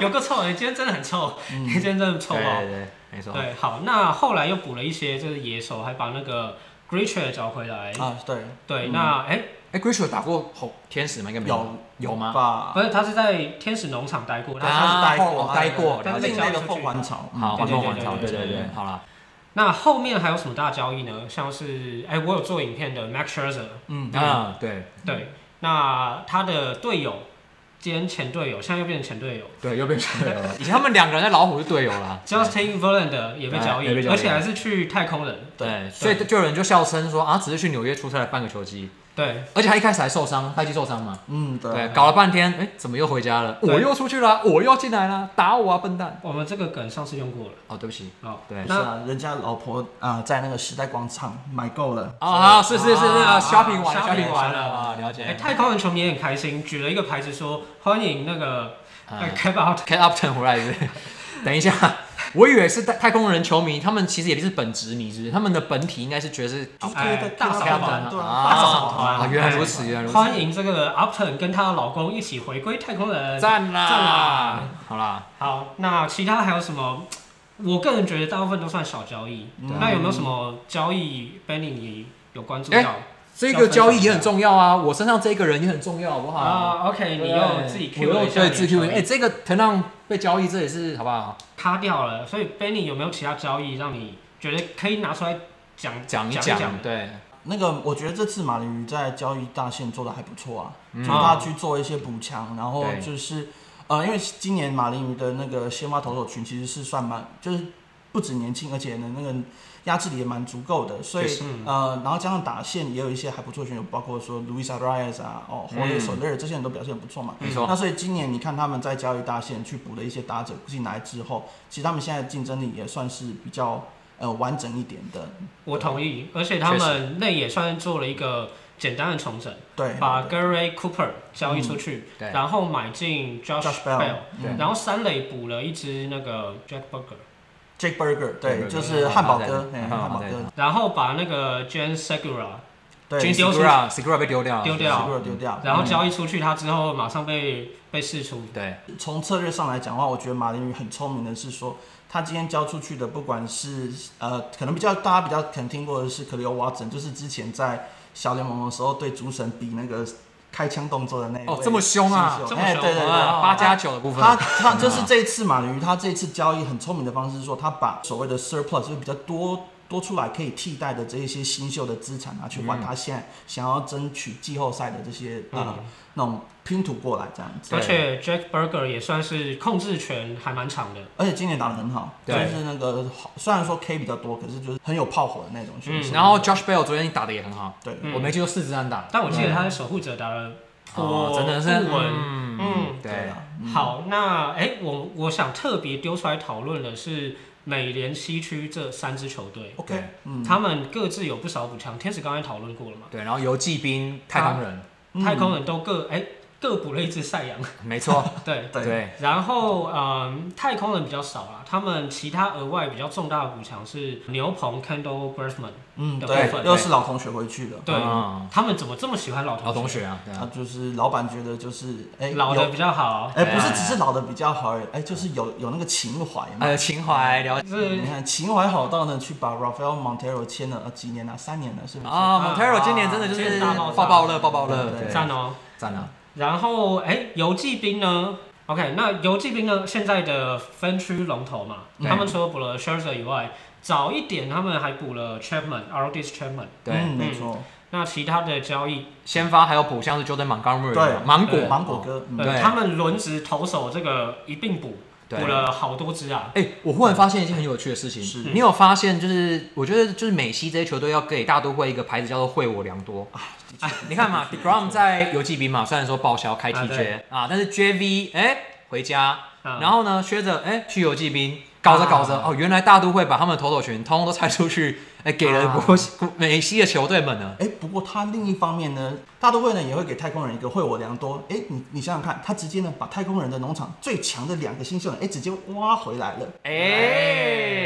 [SPEAKER 2] 有个臭人，今天真的很臭，
[SPEAKER 1] 嗯
[SPEAKER 2] 你今天真的臭哦
[SPEAKER 1] 对
[SPEAKER 2] 爆
[SPEAKER 1] 对。对，没错，
[SPEAKER 2] 对，好，那后来又补了一些就是野手，还把那个 g r e a c h e r 找回来。
[SPEAKER 3] 啊，对，
[SPEAKER 2] 对，
[SPEAKER 3] 嗯
[SPEAKER 2] 那哎、
[SPEAKER 1] 哎 g r i s h 打过红天使吗？应该没
[SPEAKER 3] 有
[SPEAKER 1] 有吗？
[SPEAKER 3] 吧？
[SPEAKER 2] 不是，他是在天使农场待过，
[SPEAKER 1] 啊
[SPEAKER 2] 他
[SPEAKER 3] 他是待过，
[SPEAKER 1] 后待过
[SPEAKER 3] 他
[SPEAKER 2] 了
[SPEAKER 3] 是
[SPEAKER 2] 解
[SPEAKER 3] 另外一个凤凰巢，嗯
[SPEAKER 1] 好，
[SPEAKER 2] 对
[SPEAKER 1] 环
[SPEAKER 2] 对
[SPEAKER 1] 凤
[SPEAKER 2] 对
[SPEAKER 1] 环
[SPEAKER 2] 对
[SPEAKER 1] 朝，
[SPEAKER 2] 对
[SPEAKER 1] 对
[SPEAKER 2] 对
[SPEAKER 1] 对
[SPEAKER 2] 对
[SPEAKER 1] 嗯对，好了。
[SPEAKER 2] 那后面还有什么大交易呢？像是哎、我有做影片的 Max Scherzer，
[SPEAKER 3] 嗯，
[SPEAKER 1] 啊，对
[SPEAKER 2] 对，那他的队友兼前队友，现在又变成前队友
[SPEAKER 1] 对，又变成队友 了。以前他们两个人在老虎是队友 啦，
[SPEAKER 2] ，Justin Verlander 也被交易
[SPEAKER 1] 哎也被，交易嗯
[SPEAKER 2] 而且还是去太空人。
[SPEAKER 1] 对，所以就有人就笑称说啊，只是去纽约出差了半个球季，
[SPEAKER 2] 对，
[SPEAKER 1] 而且他一开始还受伤，赛季受伤嘛，
[SPEAKER 3] 嗯，对，
[SPEAKER 1] 对，搞了半天，哎，怎么又回家了？
[SPEAKER 2] 对
[SPEAKER 1] 我又出去了，我又进来了，打我啊，笨蛋！
[SPEAKER 2] 我们这个梗上次用过了。
[SPEAKER 1] 哦，对不起，
[SPEAKER 2] 哦，
[SPEAKER 1] 对
[SPEAKER 3] 是
[SPEAKER 2] 那
[SPEAKER 3] 啊，人家老婆啊、在那个时代广场买够了，
[SPEAKER 1] 啊，好是是是是
[SPEAKER 2] 啊
[SPEAKER 1] 啊，shopping 完了
[SPEAKER 2] ，shopping
[SPEAKER 1] ，shopping
[SPEAKER 2] 完
[SPEAKER 1] 完
[SPEAKER 2] 了
[SPEAKER 1] 了啊，了
[SPEAKER 2] 哎，
[SPEAKER 1] 解。
[SPEAKER 2] 太空人球迷也很开心，举了一个牌子说欢迎那个
[SPEAKER 1] 啊
[SPEAKER 2] k e v Out。
[SPEAKER 1] Ken Upton 回来是不是 等一下，我以为是太太空人球迷，他们其实也是本职迷，是不是？他们的本体应该是觉得是
[SPEAKER 3] 就是
[SPEAKER 2] 哎
[SPEAKER 3] 对
[SPEAKER 2] 大
[SPEAKER 3] 扫
[SPEAKER 2] 嫂
[SPEAKER 3] 团，
[SPEAKER 1] 嘛
[SPEAKER 3] 对
[SPEAKER 1] 啊
[SPEAKER 3] 大扫团，
[SPEAKER 1] 啊，原来如此，原来如此，
[SPEAKER 2] 欢迎这个 Upton 跟她的老公一起回归太空人。
[SPEAKER 1] 赞
[SPEAKER 2] 赞
[SPEAKER 1] 啦
[SPEAKER 2] 啦，
[SPEAKER 1] 好啦，
[SPEAKER 2] 好，那其他还有什么？我个人觉得大部分都算小交易。
[SPEAKER 3] 嗯
[SPEAKER 2] 那有没有什么交易 Benny 你有关注
[SPEAKER 1] 哎
[SPEAKER 2] 到？
[SPEAKER 1] 这个交易也很重要啊，我身上这个人也很重要，好不好？
[SPEAKER 2] 啊，OK，你
[SPEAKER 1] 对
[SPEAKER 2] 又自己 Q
[SPEAKER 1] 我
[SPEAKER 2] 了
[SPEAKER 1] 又
[SPEAKER 2] 一下
[SPEAKER 1] 对
[SPEAKER 2] 你的交易，
[SPEAKER 1] 自己 Q 了哎，这个藤浪被交易，这也是好不好？
[SPEAKER 2] 卡掉了。所以 Benny 有没有其他交易让你觉得可以拿出来讲
[SPEAKER 1] 讲一
[SPEAKER 2] 讲
[SPEAKER 1] 讲，对，
[SPEAKER 3] 那个，我觉得这次马林鱼在交易大线做的还不错啊，
[SPEAKER 1] 嗯
[SPEAKER 3] 就是他去做一些补强，然后
[SPEAKER 1] 对
[SPEAKER 3] 就是呃，因为今年马林鱼的那个先发投手群其实是算蛮，就是不止年轻，而且呢那个压制力也蛮足够的，所以
[SPEAKER 1] 确实
[SPEAKER 2] 嗯
[SPEAKER 3] 呃，然后加上打线也有一些还不错的选手，包括说 Luis Arias 啊，哦
[SPEAKER 1] 嗯
[SPEAKER 3] Jorge Soler 这些人都表现得不错嘛。
[SPEAKER 1] 没错，
[SPEAKER 3] 那所以今年你看他们在交易大线去补了一些打者进来之后，其实他们现在竞争力也算是比较呃完整一点的，
[SPEAKER 2] 我同意，而且他们内也算做了一个简单的重整，
[SPEAKER 3] 对，
[SPEAKER 2] 把 Gary Cooper 交易出去，
[SPEAKER 1] 嗯对
[SPEAKER 2] 然后买进 Josh
[SPEAKER 3] Josh Bell，
[SPEAKER 2] Bell，
[SPEAKER 1] 对
[SPEAKER 2] 然后三垒补了一只那个 Jack Burger，
[SPEAKER 3] Jake Burger，
[SPEAKER 1] Burger，
[SPEAKER 3] 对，就是汉堡哥，
[SPEAKER 1] 对
[SPEAKER 3] 哎，
[SPEAKER 1] 汉堡
[SPEAKER 3] 汉堡
[SPEAKER 1] 对
[SPEAKER 3] 哥，
[SPEAKER 2] 然后把那个 Jan Segura
[SPEAKER 1] 啊
[SPEAKER 3] 对
[SPEAKER 1] 军
[SPEAKER 2] 丢
[SPEAKER 1] Segura Segura 被丢掉了，
[SPEAKER 2] 丢
[SPEAKER 3] 对
[SPEAKER 2] 掉
[SPEAKER 3] ，Segura 丢掉。嗯
[SPEAKER 2] 然后交易出去，他之后马上被被释出。
[SPEAKER 1] 对，
[SPEAKER 3] 从策略上来讲的话，我觉得马林鱼很聪明的是说，他今天交出去的，不管是呃，可能比较大家比较可能听过的是克里欧瓦整，就是之前在小联盟的时候对主审比那个开枪动作的那一
[SPEAKER 1] 哦
[SPEAKER 3] 位
[SPEAKER 1] 这么凶啊
[SPEAKER 3] 新秀
[SPEAKER 2] 这么
[SPEAKER 3] 哎
[SPEAKER 2] 凶
[SPEAKER 3] 对对对。
[SPEAKER 1] 啊，八加九的部分，
[SPEAKER 3] 他他就是这一次马林鱼，他这一次交易很聪明的方式是说，他把所谓的 surplus 就是比较多多出来可以替代的这一些新秀的资产啊，去换他现在想要争取季后赛的这些呃
[SPEAKER 2] 嗯
[SPEAKER 3] 那种拼图过来这样子。
[SPEAKER 2] 而且 Jack Burger 也算是控制权还蛮长的，
[SPEAKER 3] 而且今年打得很好，就
[SPEAKER 1] 对
[SPEAKER 3] 是那个虽然说 K 比较多，可是就是很有炮火的那种选手。
[SPEAKER 1] 然后 Josh Bell 昨天打的也很好，
[SPEAKER 3] 对，
[SPEAKER 2] 嗯
[SPEAKER 1] 我没记错四支安打，
[SPEAKER 2] 但我记得他在守护者打了
[SPEAKER 1] 哦
[SPEAKER 2] 颇
[SPEAKER 1] 真的是
[SPEAKER 2] 不稳。嗯
[SPEAKER 1] 嗯，
[SPEAKER 3] 对
[SPEAKER 1] 对，
[SPEAKER 3] 啊，
[SPEAKER 2] 好，那哎、我我想特别丢出来讨论的是美联西区这三支球队，
[SPEAKER 3] ，OK，嗯，
[SPEAKER 2] 他们各自有不少补强。天使刚才讨论过了嘛，
[SPEAKER 1] 对，然后游骑
[SPEAKER 2] 啊
[SPEAKER 1] 兵太空人，
[SPEAKER 3] 嗯
[SPEAKER 2] 太空人都各哎、各补了一只赛扬，
[SPEAKER 1] 没错，
[SPEAKER 2] 对。
[SPEAKER 3] 对，
[SPEAKER 1] 对，
[SPEAKER 2] 然后，嗯，太空人比较少啦。他们其他额外比较重大的补强是牛棚 Kendall Grassman，
[SPEAKER 3] 嗯，
[SPEAKER 2] 对
[SPEAKER 3] 对，
[SPEAKER 2] 对
[SPEAKER 3] 又是老同学回去的，
[SPEAKER 2] 对、
[SPEAKER 1] 嗯
[SPEAKER 2] 他们怎么这么喜欢老同
[SPEAKER 1] 老同学啊，对
[SPEAKER 3] 他
[SPEAKER 1] 啊，
[SPEAKER 3] 就是老板觉得就是哎
[SPEAKER 2] 老
[SPEAKER 3] 有
[SPEAKER 2] 的比较好，
[SPEAKER 3] 哎，不
[SPEAKER 1] 啊
[SPEAKER 3] 是只是老的比较好而已，哎，就是有有那个情怀嘛。
[SPEAKER 1] 呃，情怀了解
[SPEAKER 2] 是
[SPEAKER 3] 你看情怀好到呢，去把 Rafael Montero 签了呃几年了、几年了，三年了，是不嗯是？
[SPEAKER 1] 啊
[SPEAKER 2] 啊
[SPEAKER 1] ，Montero 今年真的就
[SPEAKER 2] 今
[SPEAKER 1] 是
[SPEAKER 2] 年大爆炸
[SPEAKER 1] 爆爆乐，爆爆乐，
[SPEAKER 3] 对
[SPEAKER 1] 对，
[SPEAKER 2] 赞哦。
[SPEAKER 1] 赞啊，
[SPEAKER 2] 然后，哎，游骑兵呢？OK，那游骑兵呢？现在的分区龙头嘛，
[SPEAKER 1] 对
[SPEAKER 2] 他们除了补了 Scherzer 以外，早一点他们还补了 Chapman、Aldis Chapman。
[SPEAKER 1] 对，
[SPEAKER 3] 嗯，没错，
[SPEAKER 2] 那其他的交易，
[SPEAKER 1] 先发还有补像是 Jordan Montgomery，
[SPEAKER 3] 对
[SPEAKER 1] 芒果
[SPEAKER 2] 对，
[SPEAKER 3] 芒果，哥，嗯
[SPEAKER 1] 对
[SPEAKER 2] 呃，他们轮值投手这个一并补，
[SPEAKER 1] 对
[SPEAKER 2] 补了好多支啊。
[SPEAKER 1] 哎、我忽然发现一件很有趣的事情，
[SPEAKER 3] 是
[SPEAKER 1] 你有发现就是，我觉得就是美西这些球队要给大都会一个牌子叫做“惠我良多”哎，你看嘛，Degrom 在游击兵嘛，虽然说报销开
[SPEAKER 2] 啊
[SPEAKER 1] TJ
[SPEAKER 2] 对
[SPEAKER 1] 哎啊但嗯是 JV 哎、回家，
[SPEAKER 2] 啊
[SPEAKER 1] 然后呢薛着哎去游击兵，搞着搞着、
[SPEAKER 2] 啊
[SPEAKER 1] 哦，原来大都会把他们的投手权通通都拆出去，哎、给了
[SPEAKER 2] 啊
[SPEAKER 1] 国、美西的球队们呢。
[SPEAKER 3] 哎，不过他另一方面呢，大都会呢也会给太空人一个惠我良多。哎，你你想想看，他直接呢把太空人的农场最强的两个新秀呢，哎直接挖回来了。
[SPEAKER 1] 哎、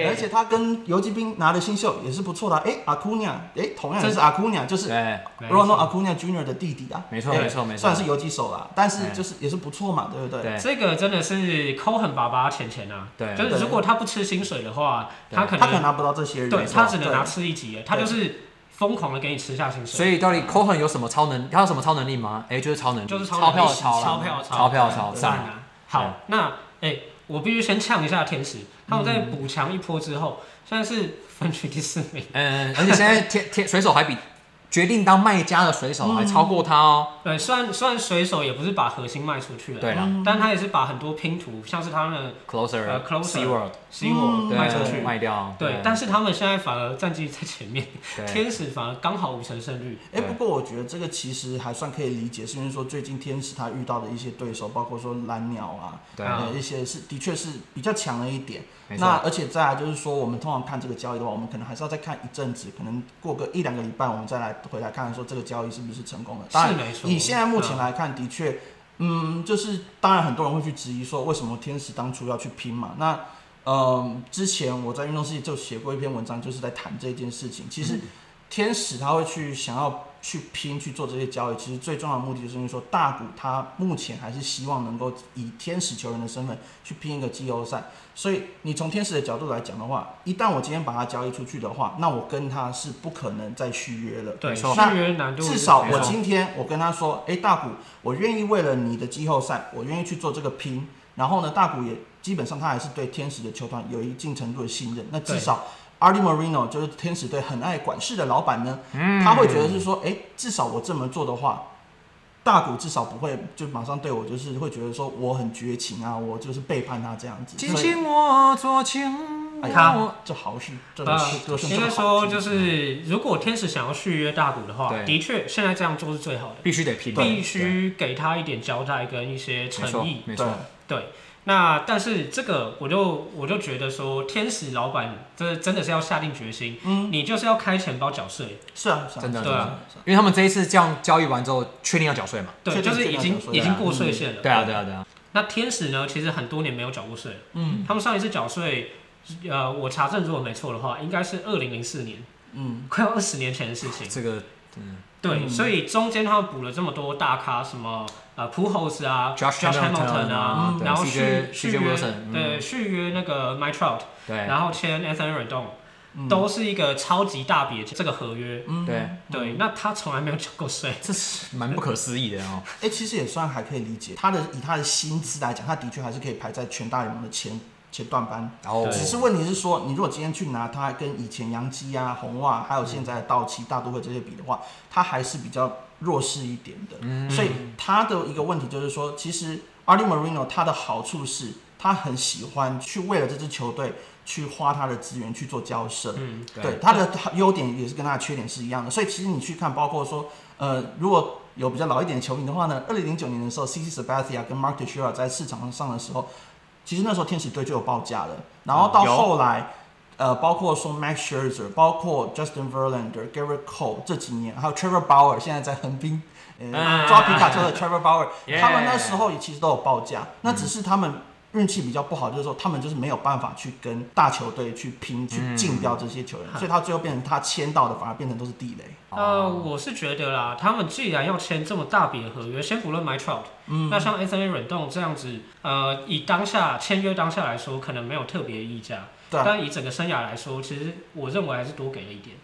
[SPEAKER 3] 而且他跟游击兵拿的新秀也是不错的啊、哎，阿库尼亚，哎，同样也是阿库尼亚，就是
[SPEAKER 1] 对，
[SPEAKER 2] 没错
[SPEAKER 3] Ronald Acuna Jr. 的弟弟啊，
[SPEAKER 1] 没错
[SPEAKER 3] 哎
[SPEAKER 1] 没错没错
[SPEAKER 3] 算是游击手啦，但是
[SPEAKER 1] 哎
[SPEAKER 3] 就是也是不错嘛，对不对？
[SPEAKER 1] 对
[SPEAKER 2] 这个真的是抠很爸爸钱钱啊，
[SPEAKER 1] 对
[SPEAKER 2] 就是如果他不吃薪水的话，
[SPEAKER 1] 对
[SPEAKER 2] 他可
[SPEAKER 3] 他可能
[SPEAKER 2] 能
[SPEAKER 3] 拿不到这些人，
[SPEAKER 2] 对
[SPEAKER 3] 没错
[SPEAKER 2] 他只能
[SPEAKER 3] 对
[SPEAKER 2] 拿吃一级，他就是疯狂的给你吃下薪水。
[SPEAKER 1] 所以到底 Cohen 有什么超能？他有什么超能力吗？哎、就是超能力，
[SPEAKER 2] 就是
[SPEAKER 1] 钞
[SPEAKER 2] 超能力
[SPEAKER 1] 票的超啦，
[SPEAKER 2] 钞票的钞
[SPEAKER 1] 钞票的钞，
[SPEAKER 2] 赞
[SPEAKER 1] 赞。
[SPEAKER 2] 啊！好，那哎、我必须先呛一下天使，他们在补强一波之后，现在是分区第四名。
[SPEAKER 1] 嗯，而且现在天天水手还比决定当卖家的水手还超过他哦。
[SPEAKER 2] 对，虽然虽然水手也不是把核心卖出去了，
[SPEAKER 1] 对啦
[SPEAKER 2] 但他也是把很多拼图，像是他们
[SPEAKER 1] Closer，
[SPEAKER 2] 嗯呃，Closer
[SPEAKER 1] Sea World，
[SPEAKER 2] C
[SPEAKER 1] 嗯
[SPEAKER 2] 我
[SPEAKER 3] 对
[SPEAKER 2] 卖出去，
[SPEAKER 1] 卖掉。
[SPEAKER 2] 对，但是他们现在反而战绩在前面，
[SPEAKER 1] 对
[SPEAKER 2] 天使反而刚好五成胜率。
[SPEAKER 3] 哎、
[SPEAKER 1] 对
[SPEAKER 3] 不过我觉得这个其实还算可以理解，是因为说最近天使他遇到的一些对手，包括说蓝鸟啊，
[SPEAKER 1] 对嗯
[SPEAKER 2] 啊
[SPEAKER 3] 呃，一些是的确是比较强了一点。
[SPEAKER 1] 没
[SPEAKER 3] 那
[SPEAKER 1] 错，
[SPEAKER 3] 而且再来就是说，我们通常看这个交易的话，我们可能还是要再看一阵子，可能过个一两个礼拜，我们再来回来看说这个交易是不是成功的。当
[SPEAKER 2] 是
[SPEAKER 3] 然，
[SPEAKER 2] 没错。
[SPEAKER 3] 以现在目前
[SPEAKER 2] 嗯
[SPEAKER 3] 来看，的确，嗯，就是当然很多人会去质疑说，为什么天使当初要去拼嘛？那嗯，之前我在运动世界就写过一篇文章，就是在谈这件事情。其实天使他会去想要去拼去做这些交易，其实最重要的目的就是因为说大谷他目前还是希望能够以天使球员的身份去拼一个季后赛。所以你从天使的角度来讲的话，一旦我今天把他交易出去的话，那我跟他是不可能再续约了。
[SPEAKER 2] 嗯对
[SPEAKER 1] 没
[SPEAKER 2] 续
[SPEAKER 1] 错
[SPEAKER 2] 约难度
[SPEAKER 3] 至少
[SPEAKER 2] 是
[SPEAKER 3] 我今天我跟他说，哎、大谷，我愿意为了你的季后赛，我愿意去做这个拼。然后呢，大谷也基本上他还是对天使的球团有一定程度的信任。那至
[SPEAKER 2] 对
[SPEAKER 3] 少 a r t i Moreno 就是天使队很爱管事的老板呢，
[SPEAKER 2] 嗯
[SPEAKER 3] 他会觉得是说，哎、至少我这么做的话。大谷至少不会就马上对我，就是会觉得说我很绝情啊，我就是背叛他这样子。
[SPEAKER 1] 紧
[SPEAKER 3] 所以，
[SPEAKER 1] 紧握左情，
[SPEAKER 3] 哎
[SPEAKER 1] 让
[SPEAKER 3] 呀
[SPEAKER 1] 我，
[SPEAKER 3] 这好事，这
[SPEAKER 2] 呃
[SPEAKER 3] 是这是嗯
[SPEAKER 2] 应该说就是，如果天使想要续约大股的话，
[SPEAKER 1] 对
[SPEAKER 2] 的确现在这样做是最好的，
[SPEAKER 1] 必须得拼，
[SPEAKER 2] 必须给他一点交代跟一
[SPEAKER 1] 对
[SPEAKER 2] 些
[SPEAKER 1] 没错
[SPEAKER 2] 诚意。
[SPEAKER 1] 没
[SPEAKER 3] 对
[SPEAKER 1] 错，
[SPEAKER 2] 对，那但是这个我就我就觉得说，天使老板这真的是要下定决心，嗯，你就是要开钱包缴税，
[SPEAKER 3] 是啊，是啊
[SPEAKER 1] 真的
[SPEAKER 3] 是
[SPEAKER 2] 对啊
[SPEAKER 3] 啊是啊
[SPEAKER 1] 因为他们这一次这样交易完之后，确定要缴税嘛？
[SPEAKER 2] 对，
[SPEAKER 3] 确定
[SPEAKER 2] 就是已经
[SPEAKER 3] 确定要缴税啊
[SPEAKER 2] 已经过税线了。
[SPEAKER 1] 对啊，对啊，对啊，
[SPEAKER 2] 那天使呢，其实很多年没有缴过税，嗯，他们上一次缴税，呃，我查证如果没错的话，应该是二零零四年，
[SPEAKER 3] 嗯，
[SPEAKER 2] 快要二十年前的事情。
[SPEAKER 1] 这个
[SPEAKER 2] 对，
[SPEAKER 3] 嗯
[SPEAKER 2] 所以中间他们补了这么多大咖，什么呃 p u h o s 啊
[SPEAKER 1] Josh Hamilton
[SPEAKER 2] 啊，
[SPEAKER 1] 啊，对
[SPEAKER 2] 然后续
[SPEAKER 1] CJ
[SPEAKER 2] 续
[SPEAKER 1] CJ
[SPEAKER 2] 约
[SPEAKER 1] Wilson，嗯哎
[SPEAKER 2] 对续约那个 m y Trout，
[SPEAKER 1] 对
[SPEAKER 2] 然后签 Anthony
[SPEAKER 1] 嗯
[SPEAKER 2] Rendon，都是一个超级大笔的这个合约。
[SPEAKER 1] 对，
[SPEAKER 2] 对，那他从来没有缴过税。
[SPEAKER 1] 这是蛮不可思议的哦。
[SPEAKER 3] 哎、其实也算还可以理解。他的以他的薪资来讲，他的确还是可以排在全大联盟的前前段班。
[SPEAKER 1] 然后
[SPEAKER 2] 对
[SPEAKER 3] 只是问题是说，你如果今天去拿他跟以前洋基啊、红袜，还有现在的道奇、大都会这些比的话，他还是比较弱势一点的。所以他的一个问题就是说，其实 a r t i Marino 他的好处是，他很喜欢去为了这支球队去花他的资源去做交涉。
[SPEAKER 2] 嗯，
[SPEAKER 1] 对
[SPEAKER 3] 对，他的他优点也是跟他的缺点是一样的，所以其实你去看，包括说，呃，如果有比较老一点的球迷的话呢，二零零九年的时候，C.C. Sabathia 跟 Mark Teixeira 在市场上的时候，其实那时候天使队就有报价了，然后到
[SPEAKER 1] 有
[SPEAKER 3] 后来，呃，包括说 Max Scherzer，包括 Justin Verlander、Garrett Cole 这几年，还有 Trevor Bauer 现在在横滨，呃，
[SPEAKER 1] 嗯
[SPEAKER 3] 抓皮卡丘的 Trevor Bauer，
[SPEAKER 1] Yeah
[SPEAKER 3] 他们那时候也其实都有报价，
[SPEAKER 2] 嗯
[SPEAKER 3] 那只是他们运气比较不好，就是说他们就是没有办法去跟大球队去拼、去竞标这些球
[SPEAKER 2] 嗯
[SPEAKER 3] 员，所以他最后变成他签到的反而变成都是地雷。
[SPEAKER 2] 那
[SPEAKER 1] 哦
[SPEAKER 2] 我是觉得啦，他们既然要签这么大笔的合约，先不论 My Trout，那
[SPEAKER 1] 嗯
[SPEAKER 2] 像 Anthony Rendon 这样子，呃，以当下签约当下来说，可能没有特别溢价，
[SPEAKER 3] 对啊
[SPEAKER 2] 但以整个生涯来说，其实我认为还是多给了一点。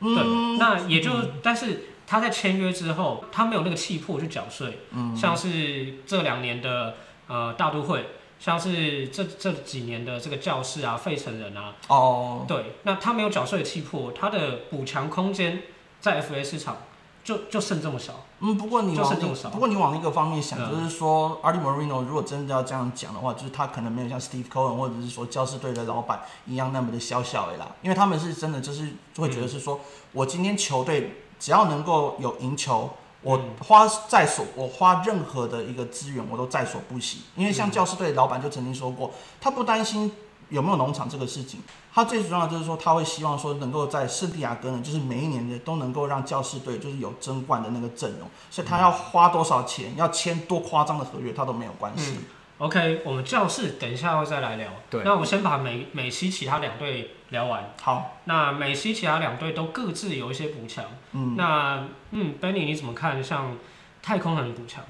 [SPEAKER 3] 嗯，
[SPEAKER 2] 对，那也就、但是他在签约之后，他没有那个气魄去缴税，
[SPEAKER 3] 嗯
[SPEAKER 2] 像是这两年的呃大都会，像是这这几年的这个教室啊、费城人啊，
[SPEAKER 3] 哦，
[SPEAKER 2] 对，那他没有缴税的气魄，他的补强空间在 FA 市场就就剩这么少。
[SPEAKER 3] 嗯，不过你
[SPEAKER 2] 就是
[SPEAKER 3] 往
[SPEAKER 2] 这种
[SPEAKER 3] 那
[SPEAKER 2] 少
[SPEAKER 3] 不过你往那个方面想，
[SPEAKER 2] 嗯
[SPEAKER 3] 就是说 a r t i Moreno 如果真的要这样讲的话，就是他可能没有像 Steve Cohen 或者是说教士队的老板一样那么的小小的啦，因为他们是真的就是会
[SPEAKER 2] 嗯
[SPEAKER 3] 觉得是说，我今天球队只要能够有赢球。我花在所，我花任何的一个资源，我都在所不惜。因为像教士队老板就曾经说过，他不担心有没有农场这个事情，他最重要的就是说，他会希望说能够在圣地亚哥呢，就是每一年的都能够让教士队就是有争冠的那个阵容，所以他要花多少钱，要签多夸张的合约，他都没有关系。
[SPEAKER 2] OK，我们教室等一下会再来聊。
[SPEAKER 1] 对
[SPEAKER 2] 那我先把美美西其他两队聊完。
[SPEAKER 3] 好，
[SPEAKER 2] 那美西其他两队都各自有一些补强。嗯，那嗯，Benny 你怎么看？像太空人补强？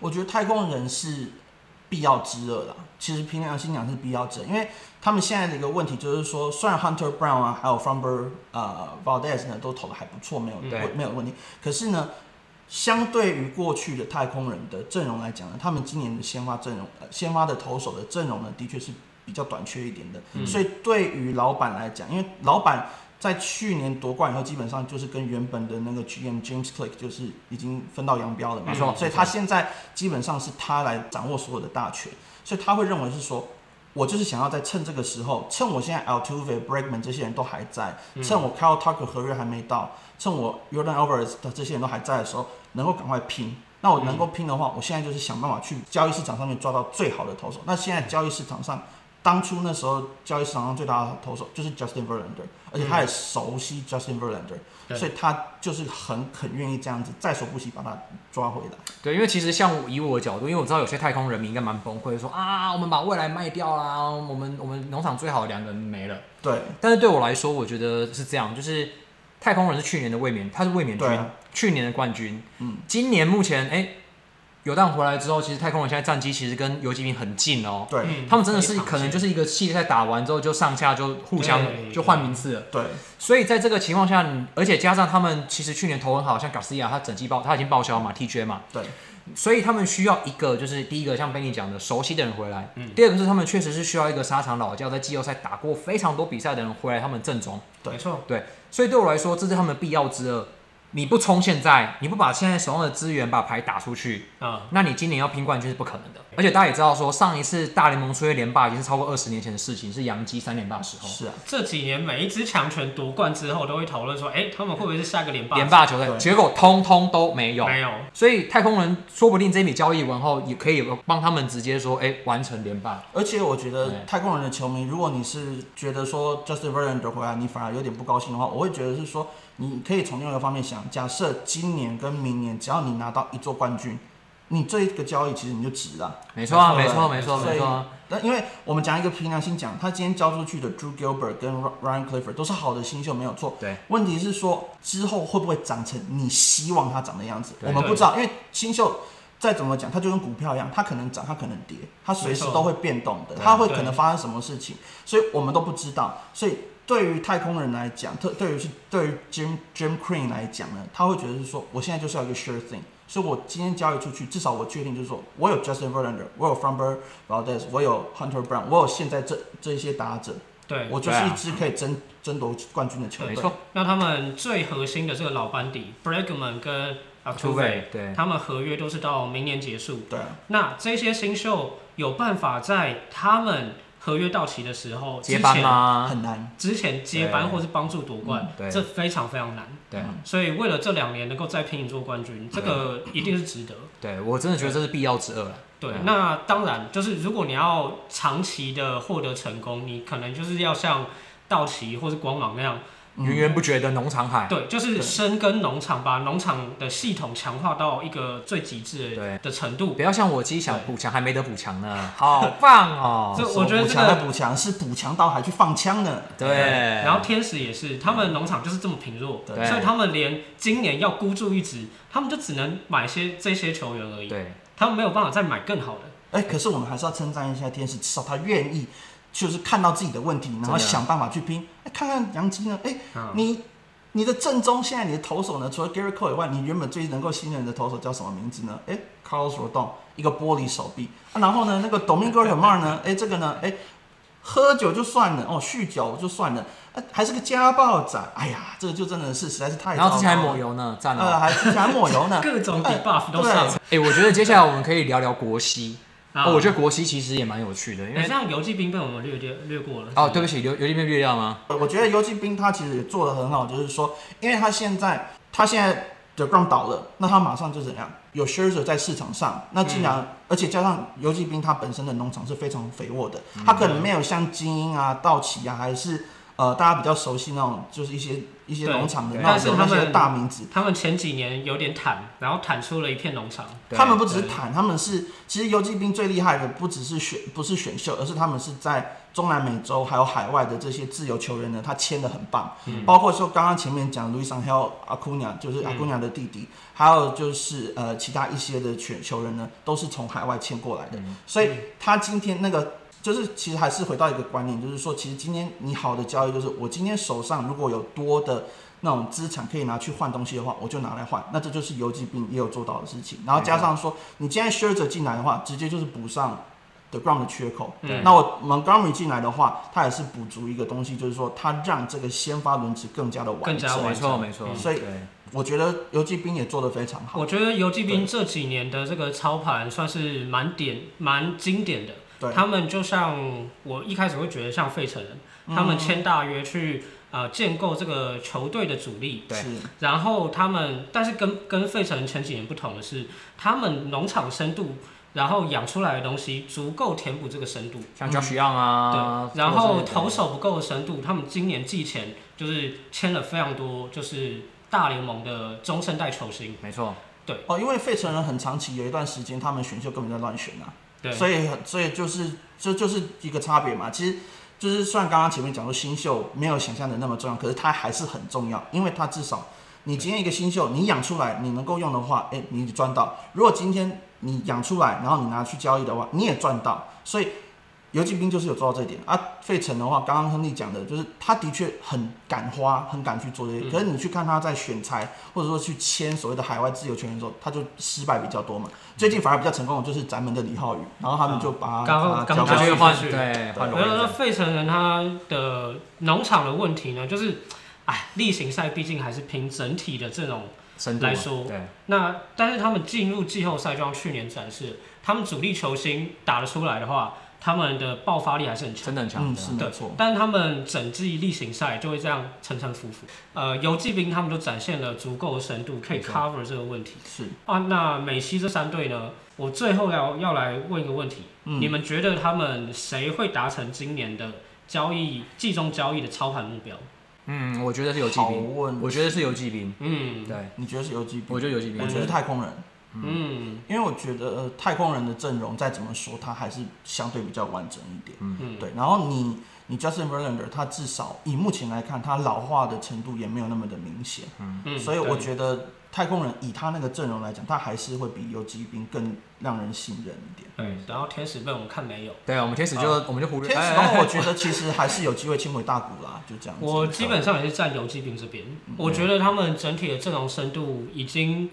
[SPEAKER 3] 我觉得太空人是必要之二啦。其实凭良心讲是必要之二，因为他们现在的一个问题就是说，虽然 Hunter Brown 啊，还有 Fromber 呃 Valdez 呢都投的还不错，没有
[SPEAKER 1] 对
[SPEAKER 3] 没有问题，可是呢，相对于过去的太空人的阵容来讲呢，他们今年的先发阵容，呃，先发的投手的阵容呢，的确是比较短缺一点的。
[SPEAKER 1] 嗯
[SPEAKER 3] 所以对于老板来讲，因为老板在去年夺冠以后，基本上就是跟原本的那个 GM James Click 就是已经分道扬镳了嘛，
[SPEAKER 1] 没错
[SPEAKER 3] 所以他现在基本上是他来掌握所有的大权，所以他会认为是说。我就是想要在趁这个时候，趁我现在 Altuve、Bregman 这些人都还在，
[SPEAKER 1] 嗯
[SPEAKER 3] 趁我 Kyle Tucker 合约还没到，趁我 Jordan Alvarez 的这些人都还在的时候，能够赶快拼。那我
[SPEAKER 1] 嗯
[SPEAKER 3] 能够拼的话，我现在就是想办法去交易市场上面抓到最好的投手。那现在交易市场上，当初那时候交易市场上最大的投手就是 Justin Verlander，而且他也熟悉 Justin Verlander，、
[SPEAKER 2] 对
[SPEAKER 3] 所以他就是很很愿意这样子在所不惜把他抓回来。
[SPEAKER 1] 对，因为其实像我以我的角度，因为我知道有些太空人民应该蛮崩溃，说啊，我们把未来卖掉啦，我们我们农场最好的两个人没了。
[SPEAKER 3] 对，
[SPEAKER 1] 但是对我来说，我觉得是这样，就是太空人是去年的卫冕，他是卫冕军，
[SPEAKER 3] 对啊
[SPEAKER 1] 去年的冠军。
[SPEAKER 3] 嗯，
[SPEAKER 1] 今年目前，哎、有蛋回来之后，其实太空人现在战绩其实跟游击兵很近哦。
[SPEAKER 3] 对，
[SPEAKER 2] 嗯
[SPEAKER 1] 他们真的是
[SPEAKER 2] 非常
[SPEAKER 1] 可能就是一个系列赛打完之后就上下就互
[SPEAKER 2] 对
[SPEAKER 1] 相就换名次了，
[SPEAKER 3] 对，
[SPEAKER 1] 所以在这个情况下，你而且加上他们其实去年投很好，像 Garcia 他整季报他已经报销嘛，TJ 嘛，
[SPEAKER 3] 对，
[SPEAKER 1] 所以他们需要一个，就是第一个像贝尼讲的熟悉的人回来，
[SPEAKER 2] 嗯
[SPEAKER 1] 第二个是他们确实是需要一个沙场老将，在季后赛打过非常多比赛的人回来他们阵中，
[SPEAKER 3] 对
[SPEAKER 2] 没错，
[SPEAKER 1] 所以对我来说这是他们必要之二。你不冲现在，你不把现在手上的资源把牌打出去，
[SPEAKER 2] 啊，
[SPEAKER 1] 那你今年要拼冠军是不可能的。而且大家也知道说，上一次大联盟出现连霸已经是超过二十年前的事情，是洋基三连霸的时候，
[SPEAKER 3] 是啊，
[SPEAKER 2] 这几年每一支强权夺冠之后，都会讨论说，哎，他们会不会是下个联霸？
[SPEAKER 1] 连霸球队，
[SPEAKER 3] 对
[SPEAKER 1] 结果通通都没有。
[SPEAKER 2] 没有，
[SPEAKER 1] 所以太空人说不定这一笔交易完后，也可以帮他们直接说，哎、完成连霸。
[SPEAKER 3] 而且我觉
[SPEAKER 1] 对
[SPEAKER 3] 得太空人的球迷，如果你是觉得说 Justin Verlander 回来你反而有点不高兴的话，我会觉得是说，你可以从另外一个方面想，假设今年跟明年只要你拿到一座冠军，你这一个交易其实你就值了。
[SPEAKER 1] 没错啊，没
[SPEAKER 3] 没
[SPEAKER 1] 错，
[SPEAKER 3] 错
[SPEAKER 1] 没错，
[SPEAKER 3] 所
[SPEAKER 1] 没
[SPEAKER 3] 以
[SPEAKER 1] 错啊。
[SPEAKER 3] 那因为我们讲一个凭良心讲，他今天交出去的 Drew Gilbert 跟 Ryan Clifford 都是好的新秀，没有错。
[SPEAKER 1] 对，
[SPEAKER 3] 问题是说之后会不会长成你希望它长的样子？
[SPEAKER 1] 对
[SPEAKER 3] 我们不知道，因为新秀再怎么讲，它就跟股票一样，它可能涨，它可能跌，它随时
[SPEAKER 2] 没错
[SPEAKER 3] 都会变动的，
[SPEAKER 1] 对
[SPEAKER 3] 它会可
[SPEAKER 2] 对
[SPEAKER 3] 能发生什么事情，所以我们都不知道。所以对于太空人来讲，特对于是对于 Jim Jim Crane 来讲呢，他会觉得是说，我现在就是要一个 sure thing，所以我今天交易出去，至少我确定就是说我有 Justin Verlander，我有 Framber Valdez，我有 Hunter Brown，我有现在这这一些打者，
[SPEAKER 2] 对，
[SPEAKER 3] 我就是
[SPEAKER 1] 对
[SPEAKER 3] 一
[SPEAKER 1] 啊
[SPEAKER 3] 支可以争争夺冠军的球
[SPEAKER 1] 没
[SPEAKER 3] 队。
[SPEAKER 1] 错，
[SPEAKER 2] 那他们最核心的这个老班底 Bregman 跟 a t u
[SPEAKER 1] 除
[SPEAKER 2] v e
[SPEAKER 1] 非对
[SPEAKER 2] 他们合约都是到明年结束。
[SPEAKER 3] 对啊，
[SPEAKER 2] 那这些新秀有办法在他们合约到期的时候
[SPEAKER 1] 接班？啊吗？
[SPEAKER 3] 啊很难。
[SPEAKER 2] 之前之前接
[SPEAKER 1] 对
[SPEAKER 2] 班或是帮助夺冠
[SPEAKER 1] 嗯对，嗯
[SPEAKER 2] 这非常非常难。
[SPEAKER 1] 对
[SPEAKER 2] 所以为了这两年能够再拼一座冠军，这个一定是值得。
[SPEAKER 1] 对，我真的觉得这是必要之二了。
[SPEAKER 2] 对
[SPEAKER 1] 对，
[SPEAKER 2] 那当然就是如果你要长期的获得成功，你可能就是要像道奇或是光芒那样，
[SPEAKER 3] 嗯
[SPEAKER 1] 源源不绝的农场海，
[SPEAKER 2] 对，就是
[SPEAKER 3] 对
[SPEAKER 2] 深耕农场，把农场的系统强化到一个最极致
[SPEAKER 1] 对
[SPEAKER 2] 的的程度。
[SPEAKER 1] 不要像我自己想补强还没得补强呢，好棒哦！
[SPEAKER 2] 这我觉得
[SPEAKER 3] 补
[SPEAKER 2] 这
[SPEAKER 3] 强的
[SPEAKER 2] 个
[SPEAKER 3] 补强是补强到还去放枪呢。
[SPEAKER 1] 对，
[SPEAKER 2] 然后天使也是，他们农场就是这么贫弱，
[SPEAKER 1] 对
[SPEAKER 2] 所以他们连今年要孤注一掷，他们就只能买些这些球员而已，
[SPEAKER 1] 对
[SPEAKER 2] 他们没有办法再买更好的。
[SPEAKER 3] 哎、可是我们还是要称赞一下天使，至少他愿意，就是看到自己的问题，然
[SPEAKER 1] 真
[SPEAKER 3] 后
[SPEAKER 1] 的
[SPEAKER 3] 想办法去拼。哎、看看杨基呢，哎、
[SPEAKER 2] 嗯。
[SPEAKER 3] 你你的正中现在你的投手呢，除了 Gary Cole 以外，你原本最能够信任的投手叫什么名字呢？哎、c a r l o s Rodon，一个玻璃手臂。啊、然后呢，那个 Domingo Herman 呢，哎、这个呢，哎、喝酒就算了，哦，酗酒就算了，啊、还是个家暴仔。哎呀，这个就真的是实在是太糟
[SPEAKER 1] 然后之前还
[SPEAKER 3] 糕了
[SPEAKER 1] 抹油呢，赞
[SPEAKER 3] 呃，
[SPEAKER 1] 哦！
[SPEAKER 3] 还之前还抹油呢
[SPEAKER 2] 各种
[SPEAKER 3] 哎
[SPEAKER 2] debuff 都
[SPEAKER 3] 对
[SPEAKER 2] 上。
[SPEAKER 1] 哎，我觉得接下来我们可以聊聊国西，
[SPEAKER 2] 啊哎
[SPEAKER 1] 哦我觉得国西其实也蛮有趣的，因
[SPEAKER 2] 你
[SPEAKER 1] 为
[SPEAKER 2] 像游击兵被我们略略略过了。
[SPEAKER 1] 哦，对不起，有有点被略掉吗？
[SPEAKER 3] 呃我觉得游击兵他其实也做的很好，就是说，因为他现在他现在的 g r 倒了，那他马上就怎样有 Scherzer 在市场上，那既然、
[SPEAKER 2] 嗯
[SPEAKER 3] 而且加上游击兵他本身的农场是非常肥沃的，
[SPEAKER 2] 嗯
[SPEAKER 3] 他可能没有像精英啊、道奇啊，还是呃大家比较熟悉那种，就是一些一些
[SPEAKER 2] 对
[SPEAKER 3] 农场的那
[SPEAKER 2] 但是
[SPEAKER 3] 种那
[SPEAKER 2] 他
[SPEAKER 3] 些
[SPEAKER 2] 们
[SPEAKER 3] 大名字。
[SPEAKER 2] 他们前几年有点坦，然后坦出了一片农场。
[SPEAKER 1] 对
[SPEAKER 3] 他们不只是谈，他们是其实游击兵最厉害的不只是选不是选秀，而是他们是在中南美洲还有海外的这些自由球员呢，他签的很棒，
[SPEAKER 1] 嗯
[SPEAKER 3] 包括说刚刚前面讲 Luis Angel Acuna 就是
[SPEAKER 2] 嗯
[SPEAKER 3] Acuna 的弟弟，还有就是呃其他一些的选球员呢，都是从海外签过来的，
[SPEAKER 1] 嗯
[SPEAKER 3] 所以他今天那个。就是其实还是回到一个观念，就是说，其实今天你好的交易就是我今天手上如果有多的那种资产可以拿去换东西的话，我就拿来换。那这就是游击兵也有做到的事情。然后加上说，你现在 s h i r t 进来的话，直接就是补上 The Ground 的缺口。
[SPEAKER 2] 对
[SPEAKER 3] 那我 Montgomery 进来的话，他也是补足一个东西，就是说他让这个先发轮值更加的完
[SPEAKER 2] 更加
[SPEAKER 3] 整。
[SPEAKER 2] 完
[SPEAKER 1] 没错没错，
[SPEAKER 2] 嗯
[SPEAKER 3] 所以
[SPEAKER 1] 对
[SPEAKER 3] 我觉得游击兵也做得非常好。
[SPEAKER 2] 我觉得游击兵这几年的这个操盘算是蛮点蛮经典的。
[SPEAKER 3] 对
[SPEAKER 2] 他们就像我一开始会觉得像费城人，
[SPEAKER 1] 嗯
[SPEAKER 2] 他们签大约去呃建构这个球队的主力，
[SPEAKER 1] 对
[SPEAKER 3] 是
[SPEAKER 2] 然后他们但是跟跟费城前几年不同的是，他们农场深度，然后养出来的东西足够填补这个深度。
[SPEAKER 1] 像 Josh Young 啊，
[SPEAKER 2] 嗯对，然后投
[SPEAKER 1] 手
[SPEAKER 2] 手不够的深度，他们今年季前就是签了非常多，就是大联盟的中生代球星。
[SPEAKER 1] 没错，
[SPEAKER 3] 哦，因为费城人很长期有一段时间，他们选秀根本在乱选啊。
[SPEAKER 2] 对，
[SPEAKER 3] 所以所以就是这就是一个差别嘛。其实就是虽然刚刚前面讲说新秀没有想象的那么重要，可是它还是很重要，因为它至少你今天一个新秀你养出来，你能够用的话，哎、你赚到；如果今天你养出来，然后你拿去交易的话，你也赚到。所以游击兵就是有做到这一点啊。费城的话，刚刚亨利讲的就是他的确很敢花，很敢去做
[SPEAKER 1] 嗯
[SPEAKER 3] 这些。可是你去看他在选材或者说去签所谓的海外自由球员的时候，他就失败比较多嘛。最近反而比较成功的就是咱们的李浩宇，然后他们就
[SPEAKER 1] 嗯
[SPEAKER 3] 把他
[SPEAKER 2] 刚
[SPEAKER 3] 把他
[SPEAKER 2] 刚
[SPEAKER 3] 交
[SPEAKER 1] 然后
[SPEAKER 2] 刚
[SPEAKER 3] 过去
[SPEAKER 1] 就
[SPEAKER 2] 交易
[SPEAKER 1] 换
[SPEAKER 2] 出去
[SPEAKER 1] 对换
[SPEAKER 2] 没有那
[SPEAKER 1] 龙。
[SPEAKER 2] 费城人他的农场的问题呢，就是，哎，例行赛毕竟还是凭整体的这种
[SPEAKER 1] 深度嘛啊
[SPEAKER 2] 来说
[SPEAKER 1] 对，
[SPEAKER 2] 那但是他们进入季后赛，就像去年展示，他们主力球星打得出来的话，他们的爆发力还是很强。
[SPEAKER 1] 真的很强
[SPEAKER 3] 嗯，
[SPEAKER 1] 对
[SPEAKER 3] 是
[SPEAKER 1] 啊
[SPEAKER 3] 没
[SPEAKER 2] 对
[SPEAKER 3] 错，。
[SPEAKER 2] 但他们整季例行赛就会这样沉沉浮浮。呃，游击兵他们就展现了足够的深度，可以
[SPEAKER 1] 没错
[SPEAKER 2] cover 这个问题
[SPEAKER 3] 是
[SPEAKER 2] 啊。那美西这三队呢，我最后要要来问一个问题，
[SPEAKER 3] 嗯
[SPEAKER 2] 你们觉得他们谁会达成今年的交易季中交易的操盘目标？
[SPEAKER 1] 嗯，我觉得是游击
[SPEAKER 3] 好
[SPEAKER 1] 兵，
[SPEAKER 3] 问，
[SPEAKER 1] 我觉得是游击兵，
[SPEAKER 2] 嗯
[SPEAKER 1] 对，
[SPEAKER 3] 你觉得是游击兵？
[SPEAKER 1] 我觉得游击兵
[SPEAKER 3] 我，觉得是太空人，
[SPEAKER 2] 嗯
[SPEAKER 3] 因为我觉得、呃、太空人的阵容再怎么说，他还是相对比较完整一点。
[SPEAKER 2] 嗯，
[SPEAKER 3] 对，然后你你 Justin Verlander，他至少以目前来看，他老化的程度也没有那么的明显，
[SPEAKER 2] 嗯
[SPEAKER 3] 所以我
[SPEAKER 2] 对
[SPEAKER 3] 觉得太空人以他那个阵容来讲，他还是会比游击兵更让人信任一点。
[SPEAKER 2] 对，然后天使被我们看没有。
[SPEAKER 1] 对，我们天使就
[SPEAKER 2] 啊
[SPEAKER 1] 我们就忽略，
[SPEAKER 3] 天使
[SPEAKER 1] 哎
[SPEAKER 3] 的
[SPEAKER 1] 哎
[SPEAKER 3] 话，
[SPEAKER 1] 哎
[SPEAKER 3] 我觉得其实还是有机会轻回大股啦，就这样子。
[SPEAKER 2] 我基本上也是站游击兵这边，我觉得他们整体的阵容深度已经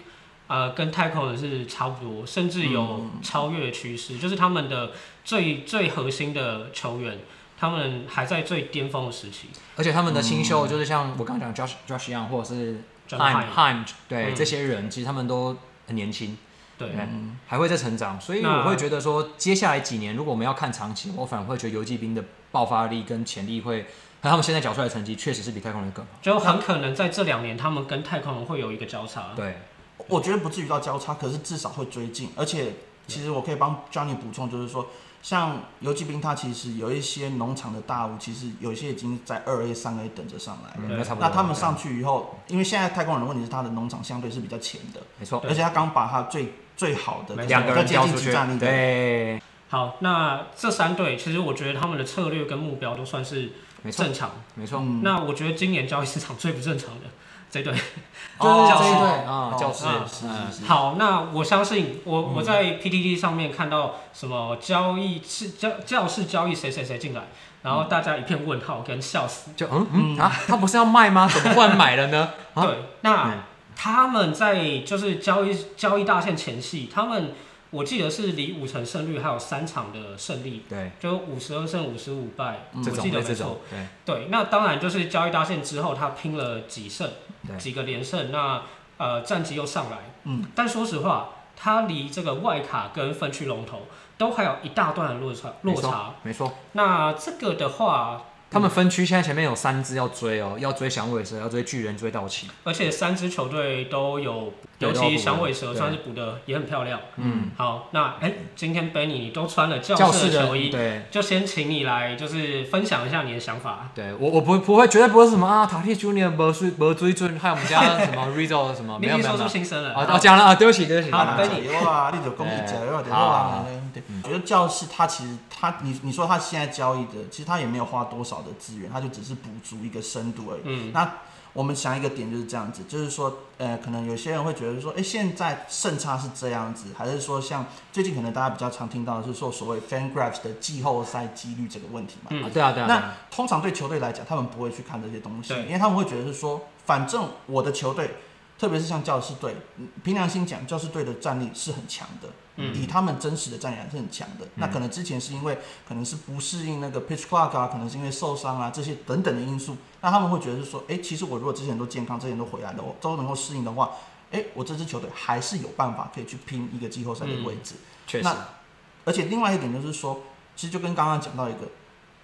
[SPEAKER 2] 呃跟太空人是差不多，甚至有超越的趋势，就是他们的最最核心的球员，他们还在最巅峰的时期。
[SPEAKER 1] 而且他们的新秀就是像我刚刚讲 Josh Josh Young 或者是
[SPEAKER 2] 嗯 John
[SPEAKER 1] Heim Heim，对
[SPEAKER 2] 嗯
[SPEAKER 1] 这些人，其实他们都很年轻，
[SPEAKER 2] 对，
[SPEAKER 3] 嗯，
[SPEAKER 1] 还会在成长，所以
[SPEAKER 2] 那
[SPEAKER 1] 我会觉得说，接下来几年如果我们要看长期，我反而会觉得游击兵的爆发力跟潜力会，和他们现在缴出来的成绩确实是比太空人更好。
[SPEAKER 2] 就很可能在这两年，他们跟太空人会有一个交叉。
[SPEAKER 1] 对，
[SPEAKER 3] 我觉得不至于到交叉，可是至少会追进。而且，其实我可以帮 Johnny 补充，就是说，像游击兵，他其实有一些农场的大物，其实有一些已经在二 A、三 A 等着上来了。
[SPEAKER 1] 嗯
[SPEAKER 2] 对
[SPEAKER 1] 那差不多。
[SPEAKER 3] 那他们上去以后，因为现在太空人的问题是他的农场相对是比较浅的，
[SPEAKER 1] 对没错，
[SPEAKER 3] 而且他刚把他最最好的
[SPEAKER 2] 没错
[SPEAKER 1] 两个人
[SPEAKER 3] 比较
[SPEAKER 1] 交
[SPEAKER 3] 接
[SPEAKER 1] 出
[SPEAKER 3] 近
[SPEAKER 1] 去
[SPEAKER 3] 集战，力的，
[SPEAKER 1] 对，
[SPEAKER 2] 好，那这三队其实我觉得他们的策略跟目标都算是
[SPEAKER 1] 没错，
[SPEAKER 2] 正常。
[SPEAKER 1] 没错，
[SPEAKER 3] 嗯
[SPEAKER 2] 那我觉得今年交易市场最不正常的这队。
[SPEAKER 1] 就是
[SPEAKER 2] 教
[SPEAKER 1] 这一
[SPEAKER 2] 室
[SPEAKER 1] 对
[SPEAKER 3] 哦
[SPEAKER 1] 啊，教室
[SPEAKER 2] 嗯
[SPEAKER 3] 是
[SPEAKER 1] 嗯
[SPEAKER 3] 是是，
[SPEAKER 2] 好，那我相信我我在 PTT 上面看到什么交易是教教室交易谁谁谁进来，然后大家一片问号跟笑死。
[SPEAKER 1] 就嗯嗯啊，他不是要卖吗？怎么忽然买了呢？啊
[SPEAKER 2] 对，那
[SPEAKER 1] 嗯
[SPEAKER 2] 他们在就是交易交易大限前夕，他们我记得是离五成胜率还有三场的胜利，
[SPEAKER 1] 对，
[SPEAKER 2] 就五十二胜五十五败，
[SPEAKER 1] 这
[SPEAKER 2] 我
[SPEAKER 1] 种
[SPEAKER 2] 记得
[SPEAKER 1] 对
[SPEAKER 2] 没
[SPEAKER 1] 这
[SPEAKER 2] 错
[SPEAKER 1] 种。，对，
[SPEAKER 2] 对，那当然就是交易大限之后，他拼了几胜，
[SPEAKER 1] 对
[SPEAKER 2] 几个连胜，那呃战绩又上来。
[SPEAKER 3] 嗯，
[SPEAKER 2] 但说实话，他离这个外卡跟分区龙头都还有一大段的落差
[SPEAKER 1] 没
[SPEAKER 2] 落
[SPEAKER 1] 错
[SPEAKER 2] 差。
[SPEAKER 1] 没错。
[SPEAKER 2] 那这个的话，
[SPEAKER 1] 他们分区现在前面有三支要追哦，要追响尾蛇，要追巨人，追道奇。
[SPEAKER 2] 而且三支球队都有，
[SPEAKER 1] 对
[SPEAKER 2] 尤
[SPEAKER 1] 都有补
[SPEAKER 2] 其
[SPEAKER 1] 的
[SPEAKER 2] 响尾蛇
[SPEAKER 1] 对
[SPEAKER 2] 算是补的也很漂亮。
[SPEAKER 1] 嗯，
[SPEAKER 2] 好，那哎、今天 Benny 你都穿了教
[SPEAKER 1] 教
[SPEAKER 2] 室
[SPEAKER 1] 室
[SPEAKER 2] 的
[SPEAKER 1] 的
[SPEAKER 2] 球衣，
[SPEAKER 1] 对。
[SPEAKER 2] 就先请你来就是分享一下你的想法。
[SPEAKER 1] 对我，我不不会，绝对不会是什么啊，塔蒂 Junior 没追没追准，还有我们家什么 Rizzo 什么，哦没
[SPEAKER 2] 你已
[SPEAKER 1] 有没有
[SPEAKER 2] 经说
[SPEAKER 1] 没
[SPEAKER 2] 出
[SPEAKER 1] 有。
[SPEAKER 2] 心声了。
[SPEAKER 1] 啊，讲了啊，对不起对不起。
[SPEAKER 2] 好
[SPEAKER 3] 加
[SPEAKER 2] 对
[SPEAKER 3] 油啊！你就攻一加油啊，加油啊！对，我觉得教室他其实他你你说他现在交易的，其实他也没有花多少的资源，他就只是补足一个深度而已。
[SPEAKER 2] 嗯，
[SPEAKER 3] 那我们想一个点就是这样子，就是说，呃，可能有些人会觉得说，哎、现在胜差是这样子，还是说像最近可能大家比较常听到的是说所谓 FanGraphs 的季后赛几率这个问题嘛？
[SPEAKER 2] 嗯
[SPEAKER 1] 啊对啊对啊。对
[SPEAKER 3] 那
[SPEAKER 1] 啊
[SPEAKER 3] 通常对球队来讲，他们不会去看这些东西，
[SPEAKER 2] 对
[SPEAKER 3] 因为他们会觉得是说反正我的球队，特别是像教士队，嗯凭良心讲，教士队的战力是很强的，
[SPEAKER 2] 嗯
[SPEAKER 3] 以他们真实的战力还是很强的。那可能之前是因为可能是不适应那个 pitch clock 啊，可能是因为受伤啊这些等等的因素，那他们会觉得是说，哎、其实我如果之前都健康，之前都回来了，我都能够适应的话，哎、我这支球队还是有办法可以去拼一个季后赛的位置。
[SPEAKER 1] 确实
[SPEAKER 3] 那，而且另外一点就是说，其实就跟刚刚讲到一个，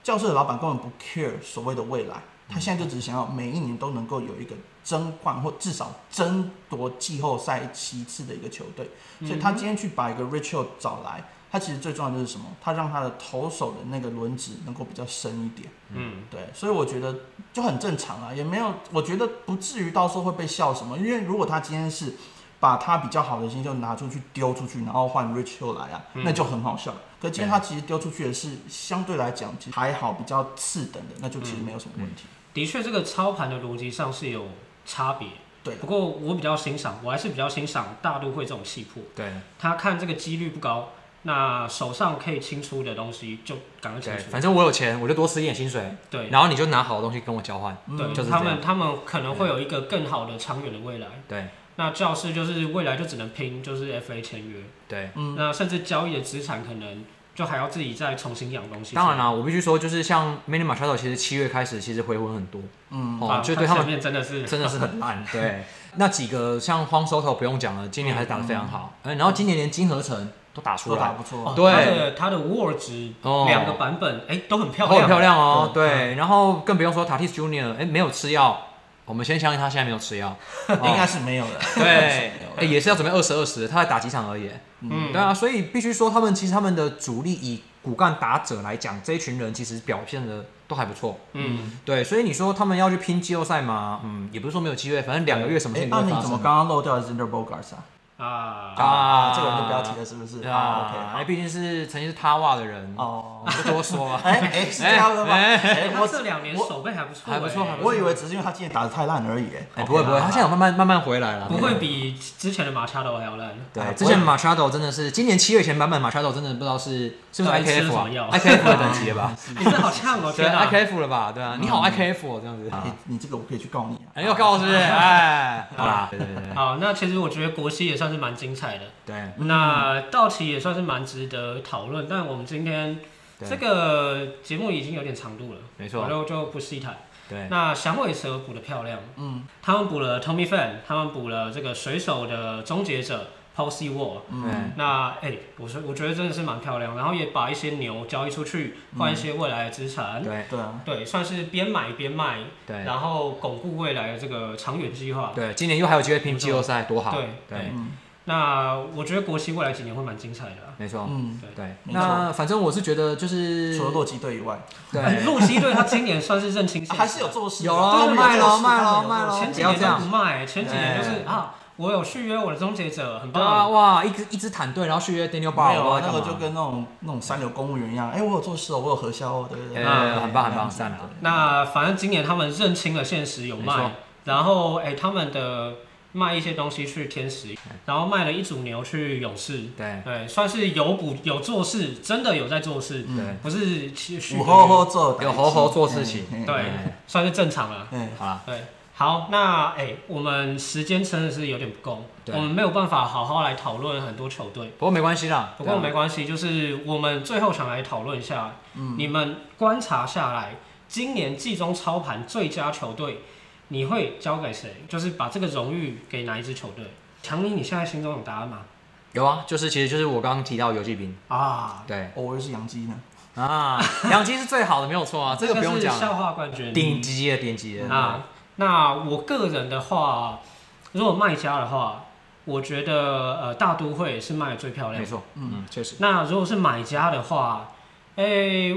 [SPEAKER 3] 教室的老板根本不 care 所谓的未来，他现在就只想要每一年都能够有一个争冠或至少争夺季后赛席次的一个球队，
[SPEAKER 2] 嗯
[SPEAKER 3] 所以他今天去把一个 Rachel 找来，他其实最重要的就是什么？他让他的投手的那个轮值能够比较深一点。
[SPEAKER 2] 嗯，
[SPEAKER 3] 对，所以我觉得就很正常啊，也没有，我觉得不至于到时候会被笑什么，因为如果他今天是把他比较好的新秀拿出去丢出去，然后换 Rich Hill 来啊，那就很好笑。可今天
[SPEAKER 1] 嗯
[SPEAKER 3] 他其实丢出去的是相对来讲其实还好，比较次等的，那就其实没有什么问题。
[SPEAKER 2] 的确这个操盘的逻辑上是有差别。
[SPEAKER 1] 嗯
[SPEAKER 3] 对
[SPEAKER 2] 不过我比较欣赏，我还是比较欣赏大都会这种气魄。
[SPEAKER 1] 对
[SPEAKER 2] 他看这个几率不高，那手上可以清出的东西就赶快清
[SPEAKER 1] 对，
[SPEAKER 2] 出。
[SPEAKER 1] 反正我有钱，我就多吃一点薪水，
[SPEAKER 2] 对
[SPEAKER 1] 然后你就拿好的东西跟我交换，
[SPEAKER 2] 对，
[SPEAKER 1] 嗯就是这
[SPEAKER 2] 他
[SPEAKER 1] 样
[SPEAKER 2] 们他们可能会有一个更好的长远的未来。
[SPEAKER 1] 对
[SPEAKER 2] 那教师就是未来就只能拼，就是 FA 签约，
[SPEAKER 1] 对。
[SPEAKER 3] 嗯
[SPEAKER 2] 那甚至交易的资产可能就还要自己再重新养东西出来。
[SPEAKER 1] 当然啦，我必须说，就是像 Manny Machado，其实七月开始其实回魂很多，
[SPEAKER 3] 嗯
[SPEAKER 1] 哦，
[SPEAKER 2] 啊，
[SPEAKER 1] 就对他们
[SPEAKER 2] 前面真的是
[SPEAKER 1] 真的是很烂。对，那几个像荒 Soto 不用讲了，今年还是打得非常好。哎、然后今年连金合成都打出
[SPEAKER 3] 都打
[SPEAKER 1] 来，
[SPEAKER 3] 不错。
[SPEAKER 2] 哦
[SPEAKER 3] 啊
[SPEAKER 1] 对
[SPEAKER 2] 他的他的 War 值
[SPEAKER 1] 哦
[SPEAKER 2] 两个版本，哎、都很漂
[SPEAKER 1] 都
[SPEAKER 2] 亮，
[SPEAKER 1] 很漂亮哦。
[SPEAKER 3] 对
[SPEAKER 1] 对，然后更不用说 Tatis Junior，哎、没有吃药。我们先相信他现在没有吃药，哦
[SPEAKER 3] 应该是没有的，，
[SPEAKER 1] 对哎也是要准备二十二十，他才打几场而已。
[SPEAKER 2] 嗯，
[SPEAKER 1] 对啊，所以必须说他们其实他们的主力以骨干打者来讲，这一群人其实表现的都还不错。
[SPEAKER 2] 嗯，
[SPEAKER 1] 对，所以你说他们要去拼季后赛嘛，嗯，也不是说没有机会，反正两个月什么事
[SPEAKER 3] 哎
[SPEAKER 1] 情，都
[SPEAKER 3] 那
[SPEAKER 1] 会
[SPEAKER 3] 你
[SPEAKER 1] 发
[SPEAKER 3] 怎么
[SPEAKER 1] 生。
[SPEAKER 3] 刚刚漏掉了 Zinder Bogarts 啊？
[SPEAKER 2] 啊，
[SPEAKER 1] 啊
[SPEAKER 3] 这个人就不要提了，是不是？啊，OK，
[SPEAKER 1] 啊，
[SPEAKER 3] 好
[SPEAKER 1] 哎，毕竟是曾经是他袜的人，
[SPEAKER 3] 哦，
[SPEAKER 1] 不多说 啊。
[SPEAKER 3] 哎哎，是这样的吗？哎，
[SPEAKER 2] 他
[SPEAKER 3] 我
[SPEAKER 2] 这两年手背还不错、
[SPEAKER 1] 还不错
[SPEAKER 2] 哎
[SPEAKER 1] 还不错
[SPEAKER 3] 我以为只是因为他今年打的太烂而已。哎
[SPEAKER 1] 哎，不会不会，他现在有慢慢慢慢回来了。
[SPEAKER 2] 不会比之前的马查斗还要 烂。
[SPEAKER 1] 对
[SPEAKER 3] 哎，
[SPEAKER 1] 之
[SPEAKER 3] 不会
[SPEAKER 1] 前 Machado 真的是，今年七月前版本 Machado 真的不知道是是不是
[SPEAKER 2] 到底吃了什
[SPEAKER 1] IKF 啊
[SPEAKER 2] 么药
[SPEAKER 1] ，IKF 的等级了 吧？
[SPEAKER 2] 你这 好呛哦，
[SPEAKER 1] 对
[SPEAKER 2] 天啊！
[SPEAKER 1] ，IKF 了吧？对啊，你
[SPEAKER 3] 嗯
[SPEAKER 1] 好 IKF 哦，这样子。
[SPEAKER 3] 哎你这个我可以去告你 啊。
[SPEAKER 1] 哎，要告我是不是？ 哎，好啦，对对对
[SPEAKER 2] 好，那其实我觉得国西也算是蛮精彩的，
[SPEAKER 1] 对，
[SPEAKER 2] 那道奇也算是蛮值得讨论。但我们今天
[SPEAKER 1] 对
[SPEAKER 2] 这个节目已经有点长度了，
[SPEAKER 1] 没错
[SPEAKER 2] 然后就不细谈。
[SPEAKER 1] 对，
[SPEAKER 2] 那响尾蛇补的漂亮，
[SPEAKER 3] 嗯，
[SPEAKER 2] 他们补了 Tommy Fan，他们补了这个水手的终结者 Posey Wall。
[SPEAKER 1] 嗯
[SPEAKER 3] 嗯，
[SPEAKER 2] 那哎、我说我觉得真的是蛮漂亮，然后也把一些牛交易出去，换一些未来的资产，
[SPEAKER 1] 对
[SPEAKER 3] 对啊，
[SPEAKER 2] 对，算是边买边卖，
[SPEAKER 1] 嗯对
[SPEAKER 2] 然后巩固未来的这个长远计划。
[SPEAKER 1] 对，今年又还有机会拼季后赛，多好！
[SPEAKER 2] 对
[SPEAKER 1] 对，
[SPEAKER 3] 嗯
[SPEAKER 2] 那我觉得国旗未来几年会蛮精彩的啊、
[SPEAKER 1] 没错。
[SPEAKER 3] 嗯，
[SPEAKER 1] 对，
[SPEAKER 3] 没错
[SPEAKER 1] 那反正我是觉得就是
[SPEAKER 3] 除了洛基队以外，
[SPEAKER 2] 哎
[SPEAKER 1] 对，
[SPEAKER 2] 露西队他今年算是认 清现
[SPEAKER 3] 啊
[SPEAKER 2] 实，
[SPEAKER 3] 还是有做事的，
[SPEAKER 1] 嗯有啊
[SPEAKER 3] 他们
[SPEAKER 1] 卖
[SPEAKER 3] 做
[SPEAKER 1] 咯
[SPEAKER 3] 事
[SPEAKER 1] 卖咯
[SPEAKER 3] 他们有
[SPEAKER 1] 卖咯
[SPEAKER 3] 做事
[SPEAKER 2] 前几
[SPEAKER 1] 不要
[SPEAKER 2] 年
[SPEAKER 1] 这
[SPEAKER 2] 都
[SPEAKER 1] 样
[SPEAKER 2] 不卖，前几年就是
[SPEAKER 1] 哎
[SPEAKER 2] 啊，我有续约我的终结者，很
[SPEAKER 1] 啊
[SPEAKER 2] 棒。
[SPEAKER 1] 哇，一只一只坦队，然后续约 Daniel Bar，
[SPEAKER 3] 没有啊，
[SPEAKER 1] 我
[SPEAKER 3] 那
[SPEAKER 1] 不
[SPEAKER 3] 个
[SPEAKER 1] 知道在干
[SPEAKER 3] 就
[SPEAKER 1] 嘛
[SPEAKER 3] 跟那种那种三流公务员一样，哎，我有做事哦，我有核销哦，对不
[SPEAKER 1] 哎
[SPEAKER 3] 对？对啊
[SPEAKER 1] 很棒很
[SPEAKER 3] 这样
[SPEAKER 1] 棒，
[SPEAKER 3] 子
[SPEAKER 1] 赞了。
[SPEAKER 2] 那反正今年他们认清了现实，有
[SPEAKER 1] 没
[SPEAKER 2] 卖
[SPEAKER 1] 错，
[SPEAKER 2] 然后哎、他们的卖一些东西去天
[SPEAKER 1] 嗯
[SPEAKER 2] 使，然后卖了一组牛去勇士，
[SPEAKER 1] 对
[SPEAKER 2] 对，算是有补有做事，真的有在做事，
[SPEAKER 1] 对，
[SPEAKER 2] 不是去续
[SPEAKER 3] 有
[SPEAKER 2] 约
[SPEAKER 3] 好好做事，
[SPEAKER 1] 有好好做事情
[SPEAKER 3] 嗯，
[SPEAKER 2] 对
[SPEAKER 1] 哎，啊
[SPEAKER 2] 算是正常了。
[SPEAKER 3] 嗯，
[SPEAKER 1] 好啦，
[SPEAKER 2] 对，好，那哎、我们时间真的是有点不够，
[SPEAKER 1] 对
[SPEAKER 2] 我们没有办法好好来讨论很多球队。
[SPEAKER 1] 不过没关系啦，
[SPEAKER 2] 不过
[SPEAKER 1] 对啊
[SPEAKER 2] 没关系，就是我们最后想来讨论一下，你们观察下来，今年季中操盘最佳球队，你会交给谁？就是把这个荣誉给哪一支球队？强尼，你现在心中有答案吗？
[SPEAKER 1] 有啊，就是其实就是我刚刚提到游击兵，
[SPEAKER 2] 啊，
[SPEAKER 1] 对
[SPEAKER 3] 哦我又是杨基呢，
[SPEAKER 1] 啊，两击是最好的，没有错 啊，这个不用
[SPEAKER 2] 是
[SPEAKER 1] 讲了，
[SPEAKER 2] 笑话冠军
[SPEAKER 1] 顶级的顶级的，
[SPEAKER 2] 啊。那我个人的话，如果卖家的话，我觉得呃大都会是卖的最漂亮
[SPEAKER 1] 没
[SPEAKER 2] 的。
[SPEAKER 1] 错，嗯，确实，
[SPEAKER 2] 那如果是买家的话，哎、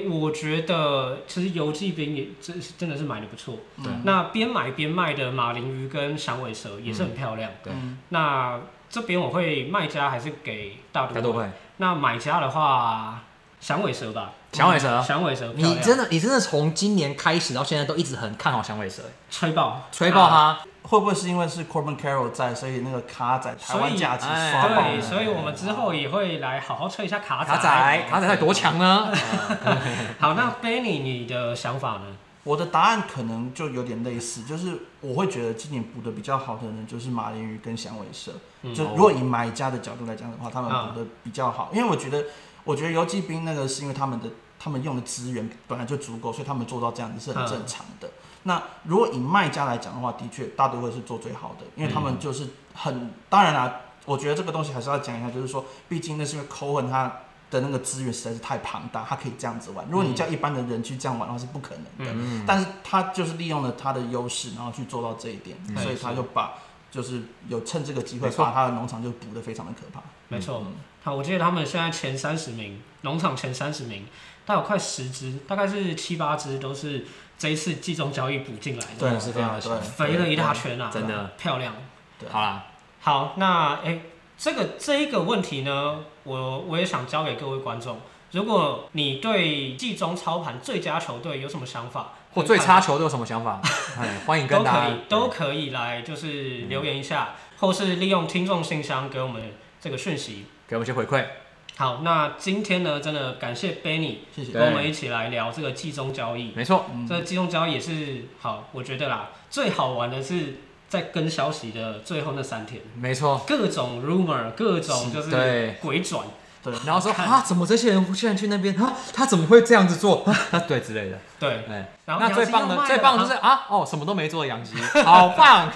[SPEAKER 2] 我觉得其实游记兵也真真的是买的不错。
[SPEAKER 1] 对
[SPEAKER 2] 那边买边卖的马林鱼跟响尾蛇也是很漂亮。
[SPEAKER 1] 对
[SPEAKER 3] 嗯
[SPEAKER 2] 那这边我会卖家还是给大都
[SPEAKER 1] 大都会，
[SPEAKER 2] 那买家的话，响尾蛇吧，
[SPEAKER 1] 响尾蛇，
[SPEAKER 2] 响尾蛇漂
[SPEAKER 1] 你
[SPEAKER 2] 亮，
[SPEAKER 1] 真的你真的从今年开始到现在都一直很看好响尾蛇，
[SPEAKER 2] 吹爆，
[SPEAKER 1] 吹爆
[SPEAKER 2] 啊
[SPEAKER 1] 他，
[SPEAKER 3] 会不会是因为是 Corbin Carroll 在，所以那个卡仔台
[SPEAKER 2] 所
[SPEAKER 3] 湾
[SPEAKER 2] 以
[SPEAKER 3] 价值
[SPEAKER 1] 哎
[SPEAKER 3] 刷爆
[SPEAKER 2] 对，
[SPEAKER 3] 了？
[SPEAKER 2] 所以我们之后也会来好好吹一下卡
[SPEAKER 1] 卡仔，卡仔他多强呢？
[SPEAKER 2] 好，那 Benny 你的想法呢？
[SPEAKER 3] 我的答案可能就有点类似，就是我会觉得今年补的比较好的呢，就是马林鱼跟响尾蛇。
[SPEAKER 2] 嗯
[SPEAKER 3] 就
[SPEAKER 2] 哦
[SPEAKER 3] 如果以买家的角度来讲的话，他们补的比较好，因为我觉得，我觉得游击兵那个是因为他们的他们用的资源本来就足够，所以他们做到这样子是很正常的。那如果以卖家来讲的话，的确大都会是做最好的，因为他们就是很、当然啦、我觉得这个东西还是要讲一下，就是说，毕竟那是因为 Cohen 他的那个资源实在是太庞大，他可以这样子玩。如果你叫一般的人去这样玩的话，是不可能的。但是他就是利用了他的优势，然后去做到这一点，
[SPEAKER 2] 嗯
[SPEAKER 3] 所以他就把就是有趁这个机会
[SPEAKER 2] 没错
[SPEAKER 3] 把他的农场就补得非常的可怕。
[SPEAKER 2] 没错，他我记得他们现在前三十名，农场前三十名，大概有快十只，大概是七八只都是这一次季中交易补进来的，
[SPEAKER 3] 对，
[SPEAKER 1] 是非常的
[SPEAKER 3] 对，
[SPEAKER 2] 肥了一大圈啊，
[SPEAKER 1] 嗯真的
[SPEAKER 2] 漂亮。
[SPEAKER 3] 对
[SPEAKER 1] 好啦，
[SPEAKER 2] 好，那哎、这个这一个问题呢，我我也想交给各位观众，如果你对季中操盘最佳球队有什么想法，
[SPEAKER 1] 或最差球队有什么想 法？哎，欢迎
[SPEAKER 2] 都
[SPEAKER 1] 跟大
[SPEAKER 2] 可
[SPEAKER 1] 家
[SPEAKER 2] 以都可以来就是留言一下，或是利用听众信箱给我们这个讯息。
[SPEAKER 1] 给我们一些回馈。
[SPEAKER 2] 好，那今天呢，真的感谢 Benny
[SPEAKER 3] 谢谢。
[SPEAKER 2] 跟我们一起来聊这个季中交易。
[SPEAKER 1] 没错，
[SPEAKER 3] 嗯
[SPEAKER 2] 这季中交易也是好，我觉得啦，最好玩的是在跟消息的最后那三天，
[SPEAKER 1] 没错。
[SPEAKER 2] 各种 rumor，各种就是
[SPEAKER 1] 哦对
[SPEAKER 2] 是鬼转，
[SPEAKER 3] 对，
[SPEAKER 1] 然后说啊，怎么这些人竟然去那边啊？他怎么会这样子 做？啊，对之类的。
[SPEAKER 2] 对。
[SPEAKER 1] 哎，
[SPEAKER 2] 然后
[SPEAKER 1] 那最
[SPEAKER 2] 杨基
[SPEAKER 1] 棒
[SPEAKER 2] 又
[SPEAKER 1] 的
[SPEAKER 2] 卖
[SPEAKER 1] 最棒
[SPEAKER 2] 了
[SPEAKER 1] 就是啊，哦，什么都没做的杨基，好棒！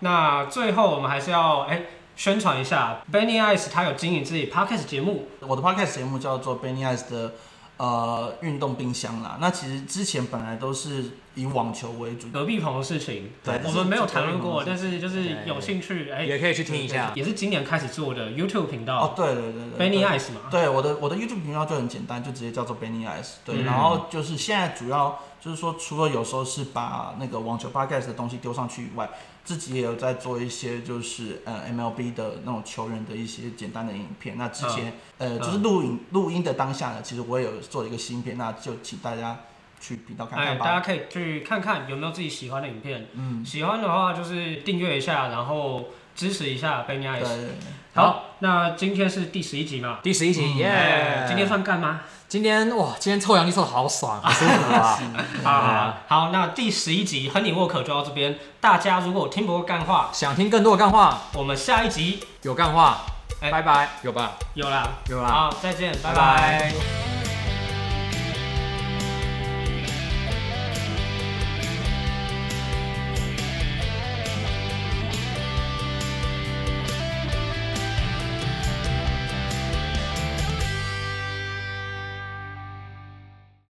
[SPEAKER 2] 那最后我们还是要哎、宣传一下，Benny Ice 他有经营自己 podcast 节目，
[SPEAKER 3] 我的 podcast 节目叫做 Benny Eyes 的呃运动冰箱啦。那其实之前本来都是以网球为主，
[SPEAKER 2] 隔壁棚的事情，
[SPEAKER 3] 对
[SPEAKER 2] 我们没有谈论过，
[SPEAKER 3] 这
[SPEAKER 2] 但是就是
[SPEAKER 1] 对
[SPEAKER 2] 有兴趣 哎，
[SPEAKER 1] 也可以去听一下。
[SPEAKER 2] 也是今年开始做的 YouTube 频
[SPEAKER 3] 哦
[SPEAKER 2] 道，
[SPEAKER 3] 对对对对
[SPEAKER 2] Benny Ice 嘛，
[SPEAKER 3] 对，我的我的 YouTube 频道就很简单，就直接叫做 Benny Eyes。对，
[SPEAKER 2] 嗯
[SPEAKER 3] 然后就是现在主要就是说，除了有时候是把那个网球 podcast 的东西丢上去以外，自己也有在做一些就是呃 MLB 的那种球员的一些简单的影片。那之前、
[SPEAKER 2] 嗯
[SPEAKER 3] 呃就是录影录音的当下呢，其实我也有做了一个新片，那就请大家去频道看
[SPEAKER 2] 哎，
[SPEAKER 3] 看
[SPEAKER 2] 大
[SPEAKER 3] 吧。
[SPEAKER 2] 家可以去看看有没有自己喜欢的影片，
[SPEAKER 3] 嗯，
[SPEAKER 2] 喜欢的话就是订阅一下，然后支持一下 Benny
[SPEAKER 3] 对
[SPEAKER 2] Ice。
[SPEAKER 3] 对对
[SPEAKER 2] 好，那今天是第十一集嘛，
[SPEAKER 1] 第十一集，耶
[SPEAKER 2] 哎！今天算干吗？
[SPEAKER 1] 今天哇，今天臭洋芋臭的好爽， 好舒服啊！
[SPEAKER 2] 啊，好，那第十一集《亨利沃克》就到这边。大家如果听不过干话，
[SPEAKER 1] 想听更多的干话，
[SPEAKER 2] 我们下一集
[SPEAKER 1] 有干话，
[SPEAKER 2] 哎
[SPEAKER 1] 拜拜，有吧？
[SPEAKER 2] 有啦，
[SPEAKER 1] 有啦。
[SPEAKER 2] 好，再见，
[SPEAKER 1] 拜
[SPEAKER 2] 拜拜
[SPEAKER 1] 拜